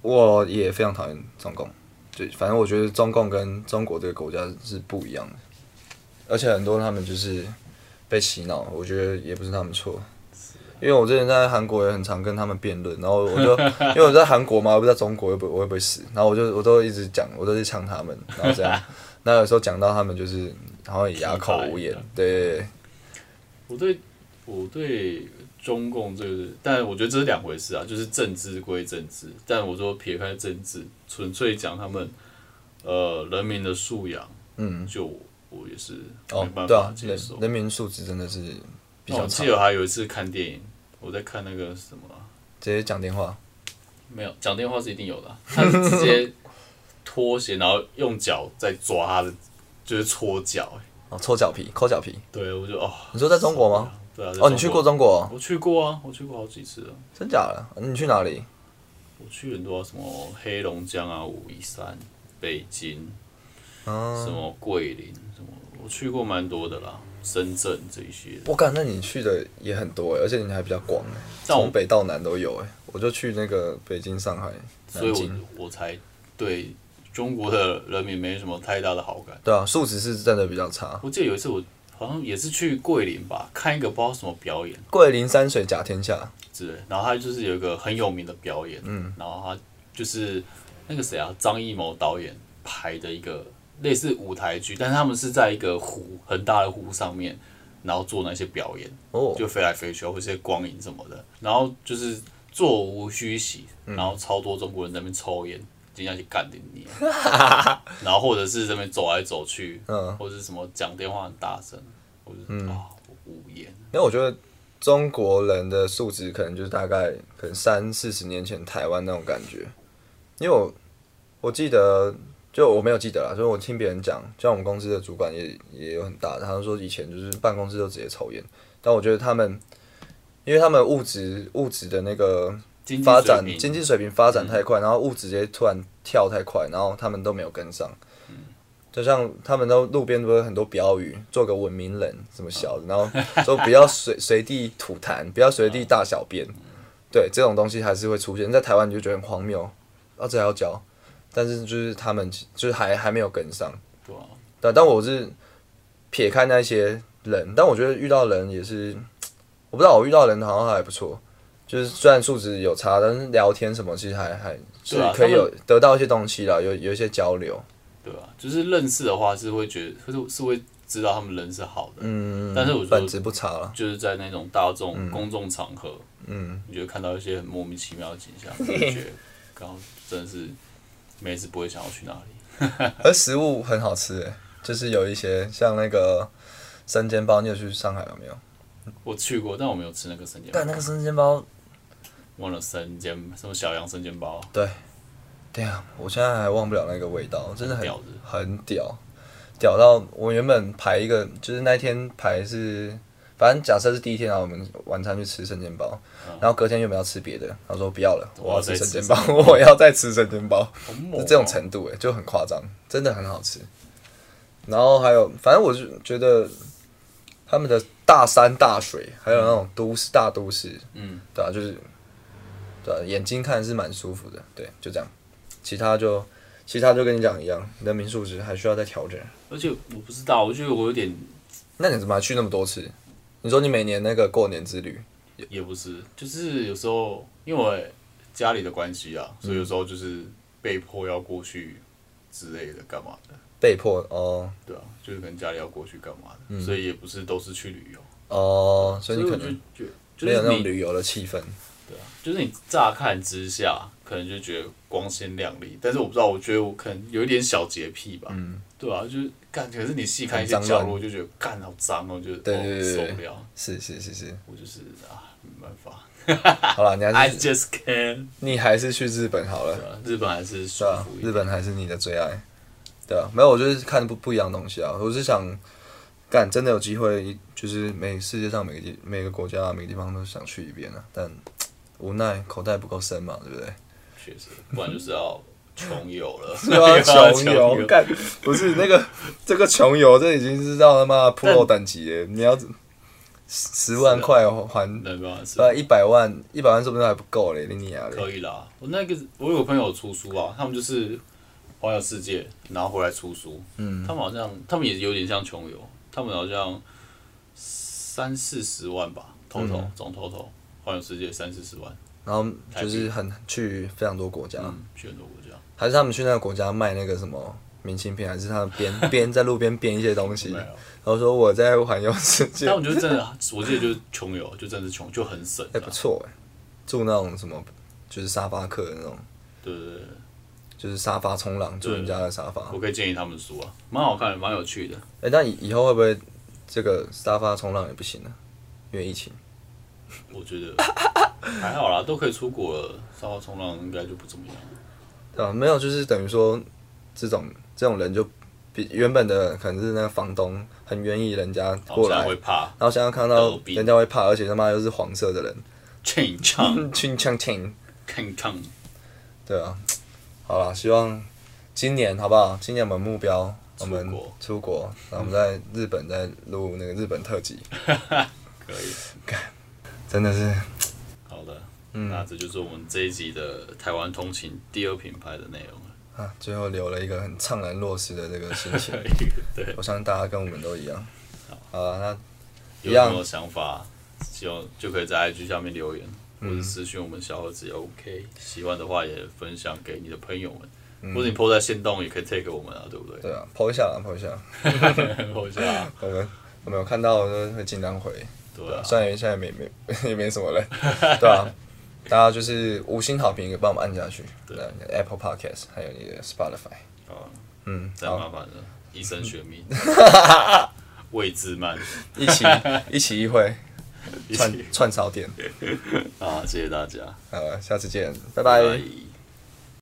Speaker 2: 我也非常讨厌中共，对，反正我觉得中共跟中国这个国家是不一样的，而且很多他们就是被洗脑，我觉得也不是他们错。因为我之前在韩国也很常跟他们辩论，然后我就 因为我在韩国嘛，我不在中国，又不我又不会死，然后我就我都一直讲，我都是呛他们，然后这样，那有时候讲到他们就是好像也哑口无言
Speaker 1: 批判，
Speaker 2: 对，
Speaker 1: 我对我对中共这个，但我觉得这是两回事啊，就是政治归政治，但我说撇开政治，纯粹讲他们呃人民的素养，
Speaker 2: 嗯，
Speaker 1: 就我我也是
Speaker 2: 哦
Speaker 1: 没，办
Speaker 2: 对啊
Speaker 1: 法，接
Speaker 2: 人
Speaker 1: 受。
Speaker 2: 人民素质真的是比
Speaker 1: 那
Speaker 2: 较
Speaker 1: 我
Speaker 2: 差
Speaker 1: 记，得还有一次看电影，我在看那个什么啊、
Speaker 2: 直接讲电话。
Speaker 1: 没有讲电话是一定有 的啊、他是直接脱鞋，然后用脚在抓他的，就是搓脚、欸。
Speaker 2: 哦，搓脚皮，抠脚皮。
Speaker 1: 对，我就哦，
Speaker 2: 你说在中国吗？
Speaker 1: 对啊，在
Speaker 2: 哦，你去过中国？
Speaker 1: 我去过啊，我去过好几次了。
Speaker 2: 真假的？你去哪里？
Speaker 1: 我去很多啊、什么黑龙江啊、武夷山、北京，什
Speaker 2: 嗯，
Speaker 1: 么桂林，什么我去过蛮多的啦，深圳这一些。
Speaker 2: 我感那你去的也很多欸，而且你还比较广欸，
Speaker 1: 但我
Speaker 2: 从北到南都有哎。我就去那个北京、上海、
Speaker 1: 所以
Speaker 2: 南京。
Speaker 1: 我我才对中国的人民没什么太大的好感。
Speaker 2: 对啊，素质是真的比较差。
Speaker 1: 我记得有一次我好像也是去桂林吧，看一个不知道什么表演
Speaker 2: 桂林山水甲天下，
Speaker 1: 之类，然后他就是有一个很有名的表演，嗯，然后他就是那个谁啊，张艺谋导演拍的一个类似舞台剧，但是他们是在一个湖很大的湖上面，然后做那些表演，
Speaker 2: 哦，
Speaker 1: 就飞来飞去啊，或者些光影什么的，然后就是座无虚席，
Speaker 2: 嗯
Speaker 1: 然后超多中国人在那边抽烟，今天去干点 你，然后或者是在那边走来走去，
Speaker 2: 嗯，
Speaker 1: 或者是什么讲电话很大声，或者是啊无言，
Speaker 2: 因为我觉得中国人的素质可能就是大概可能三四十年前台湾那种感觉，因为我我记得就我没有记得啦，所以我听别人讲，就像我们公司的主管也也有很大，他说以前就是办公室都直接抽烟，但我觉得他们，因为他们物质物质的那个
Speaker 1: 经济
Speaker 2: 发
Speaker 1: 水
Speaker 2: 展
Speaker 1: 平
Speaker 2: 经济水平发展太快，然后物质直接突然跳太快，然后他们都没有跟上。
Speaker 1: 嗯
Speaker 2: 就像他们都路边都有很多标语，做个文明人什么小的，
Speaker 1: 嗯
Speaker 2: 然后说不要随随地吐痰，不要随地大小
Speaker 1: 嗯
Speaker 2: 便，对这种东西还是会出现在台湾，你就觉得很荒谬，啊这还要教，但是就是他们就是还还没有跟上，
Speaker 1: 对啊，
Speaker 2: 但但我是撇开那些人，但我觉得遇到人也是，我不知道我遇到人好像还不错，就是虽然素质有差，但是聊天什么其实还还是
Speaker 1: 对啊
Speaker 2: 可
Speaker 1: 他们
Speaker 2: 以有得到一些东西啦，有有一些交流，
Speaker 1: 对啊，就是认识的话是会觉得，是是会知道他们人是好的，
Speaker 2: 嗯，
Speaker 1: 但是我觉得
Speaker 2: 本质不差了，
Speaker 1: 就是在那种大众、公众场合，嗯，你就会看到一些很莫名其妙的景 象，你就觉得，然后真的是每次不会想要去哪里。
Speaker 2: 而食物很好吃、欸，就是有一些像那个生煎包，你有去上海了没有？
Speaker 1: 我去过，但我没有吃那个生煎包
Speaker 2: 但，那个生煎包，
Speaker 1: 忘了生煎什么小羊生煎包，
Speaker 2: 对啊，我现在还忘不了那个味道，真的很
Speaker 1: 屌的，
Speaker 2: 很屌，屌到我原本排一个，就是那天排是，反正假设是第一天啊，我们晚餐去吃生煎包，然后隔天原本要吃别的，他说不要了，
Speaker 1: 我
Speaker 2: 嗯我
Speaker 1: 要
Speaker 2: 要
Speaker 1: 再
Speaker 2: 吃
Speaker 1: 吃
Speaker 2: 生煎包， 我要再吃生煎包，
Speaker 1: 好猛、
Speaker 2: 就
Speaker 1: 哦！
Speaker 2: 这种程度哎、就很夸张，真的很好吃。然后还有，反正我就觉得他们的大山大水，还有那种都市大都市，
Speaker 1: 嗯，
Speaker 2: 对啊，就是对、啊，眼睛看是蛮舒服的，对，就这样。其他就其他就跟你讲一样，你的民宿值还需要再调整。
Speaker 1: 而且我不知道，我觉得我有点
Speaker 2: 那你怎么还去那么多次？你说你每年那个过年之旅，
Speaker 1: 也不是，就是有时候因为我家里的关系啊，所以有时候就是被迫要过去之类的，干嘛的？
Speaker 2: 被迫哦
Speaker 1: 对啊，就是可能家里要过去干嘛的，所以也不是都是去旅游，
Speaker 2: 哦，嗯所以你
Speaker 1: 我
Speaker 2: 可
Speaker 1: 就
Speaker 2: 能
Speaker 1: 觉得就
Speaker 2: 没有
Speaker 1: 是
Speaker 2: 那种
Speaker 1: 你
Speaker 2: 旅游的气氛。
Speaker 1: 就是你乍看之下，可能就觉得光鲜亮丽，但是我不知道，我觉得我可能有一点小洁癖吧，对啊，就是干，可是你细看一些
Speaker 2: 嗯很脏
Speaker 1: 角
Speaker 2: 乱
Speaker 1: 落，就觉得干好脏哦，就是
Speaker 2: 对对对
Speaker 1: 哦
Speaker 2: 对
Speaker 1: 受不了，
Speaker 2: 是是是是，
Speaker 1: 我就是啊，没办法
Speaker 2: 好了，你还
Speaker 1: ，I
Speaker 2: 是
Speaker 1: just can，
Speaker 2: 你还是去日本好了
Speaker 1: 对。啊，日本还是舒
Speaker 2: 对啊
Speaker 1: 服，一
Speaker 2: 日
Speaker 1: 点，
Speaker 2: 本还是你的最爱。对啊，没有，我就是看不不一样的东西啊。我是想，干真的有机会，就是每世界上每个地每个国家每个地方都想去一遍啊。但无奈口袋不够深嘛，对 不对？
Speaker 1: 确实，不然就是要穷游 了，
Speaker 2: 对啊，穷 游
Speaker 1: 游，
Speaker 2: 干不是那个 这个穷游，这已经是到他妈 pro 等级了。你要十十万块还，
Speaker 1: 能吧？啊是
Speaker 2: 呃一百万一百万说不定还不够嘞，你啊嘞。
Speaker 1: 可以啦，我那个我有个朋友出书啊，他们就是环游世界，然后回来出书。嗯，他们好像他们也有点像穷游，他们好像三四十万吧，total、总
Speaker 2: 嗯
Speaker 1: total 环游世界三四十万，
Speaker 2: 然后就是很去非常多国家。
Speaker 1: 嗯，去很多国家。
Speaker 2: 还是他们去那个国家卖那个什么明信片，还是他们 编编在路边编一些东西，
Speaker 1: 没
Speaker 2: 然
Speaker 1: 有，
Speaker 2: 后说我在环游世界，
Speaker 1: 啊但我觉得真的，我记得就是穷游，就真的是穷，就很省、啊。
Speaker 2: 哎、不错哎、住那种什么就是沙发客的那种，
Speaker 1: 对对对，
Speaker 2: 就是沙发冲浪，住
Speaker 1: 对
Speaker 2: 人家的沙发。
Speaker 1: 我可以建议他们的书啊，蛮好看的，蛮有趣的。
Speaker 2: 哎、那以以后会不会这个沙发冲浪也不行了、因为疫情，
Speaker 1: 我觉 得还好啦，都可以出国了，沙发冲浪应该就不怎么样。
Speaker 2: 对吧、没有，就是等于说这种这种人就比原本的可能是那个房东很愿意人家
Speaker 1: 然后
Speaker 2: 过
Speaker 1: 现在
Speaker 2: 来
Speaker 1: 会，怕
Speaker 2: 然后现在看到
Speaker 1: 逗比
Speaker 2: 人家会怕，而且他妈又是黄色的人，
Speaker 1: ，chain 唱
Speaker 2: 嗯，清枪清。
Speaker 1: 看看。
Speaker 2: 对啊，好了，希望今年好不好？今年我们目标，我
Speaker 1: 出国
Speaker 2: 们出国，然后我们在日本再录那个日本特辑，
Speaker 1: 可以，
Speaker 2: 真的是
Speaker 1: 好的，
Speaker 2: 嗯
Speaker 1: 那这就是我们这一集的台湾通勤第二品牌的内容 了。
Speaker 2: 啊，最后留了一个很怅然若失的这个心情。
Speaker 1: 对，
Speaker 2: 我相信大家跟我们都一样。好啊，那
Speaker 1: 有
Speaker 2: 一样
Speaker 1: 什么想法，希望就可以在 IG 下面留言。或
Speaker 2: 嗯
Speaker 1: 者私讯我们小盒子也 OK。喜欢的话也分享给你的朋友们，或者你 PO 在线动也可以 take 我们啊，对不对？
Speaker 2: 嗯对啊，抛一下啦，抛一下，
Speaker 1: 我觉得
Speaker 2: 我们我们有看到就会尽量回，
Speaker 1: 啊对啊，
Speaker 2: 虽然现在也没没 也没什么人，对啊，大家就是五星好评也帮我们按下去，对啊你的，Apple Podcast 还有你的 Spotify，
Speaker 1: 好，
Speaker 2: 嗯，
Speaker 1: 再麻
Speaker 2: 好，
Speaker 1: 烦了，一生学命， 魏志曼，
Speaker 2: 一起 一起一会
Speaker 1: 一
Speaker 2: 串
Speaker 1: 起
Speaker 2: 串烧店，
Speaker 1: 啊，谢谢大家，
Speaker 2: 呃，下次见，拜
Speaker 1: 拜
Speaker 2: 拜。
Speaker 1: 拜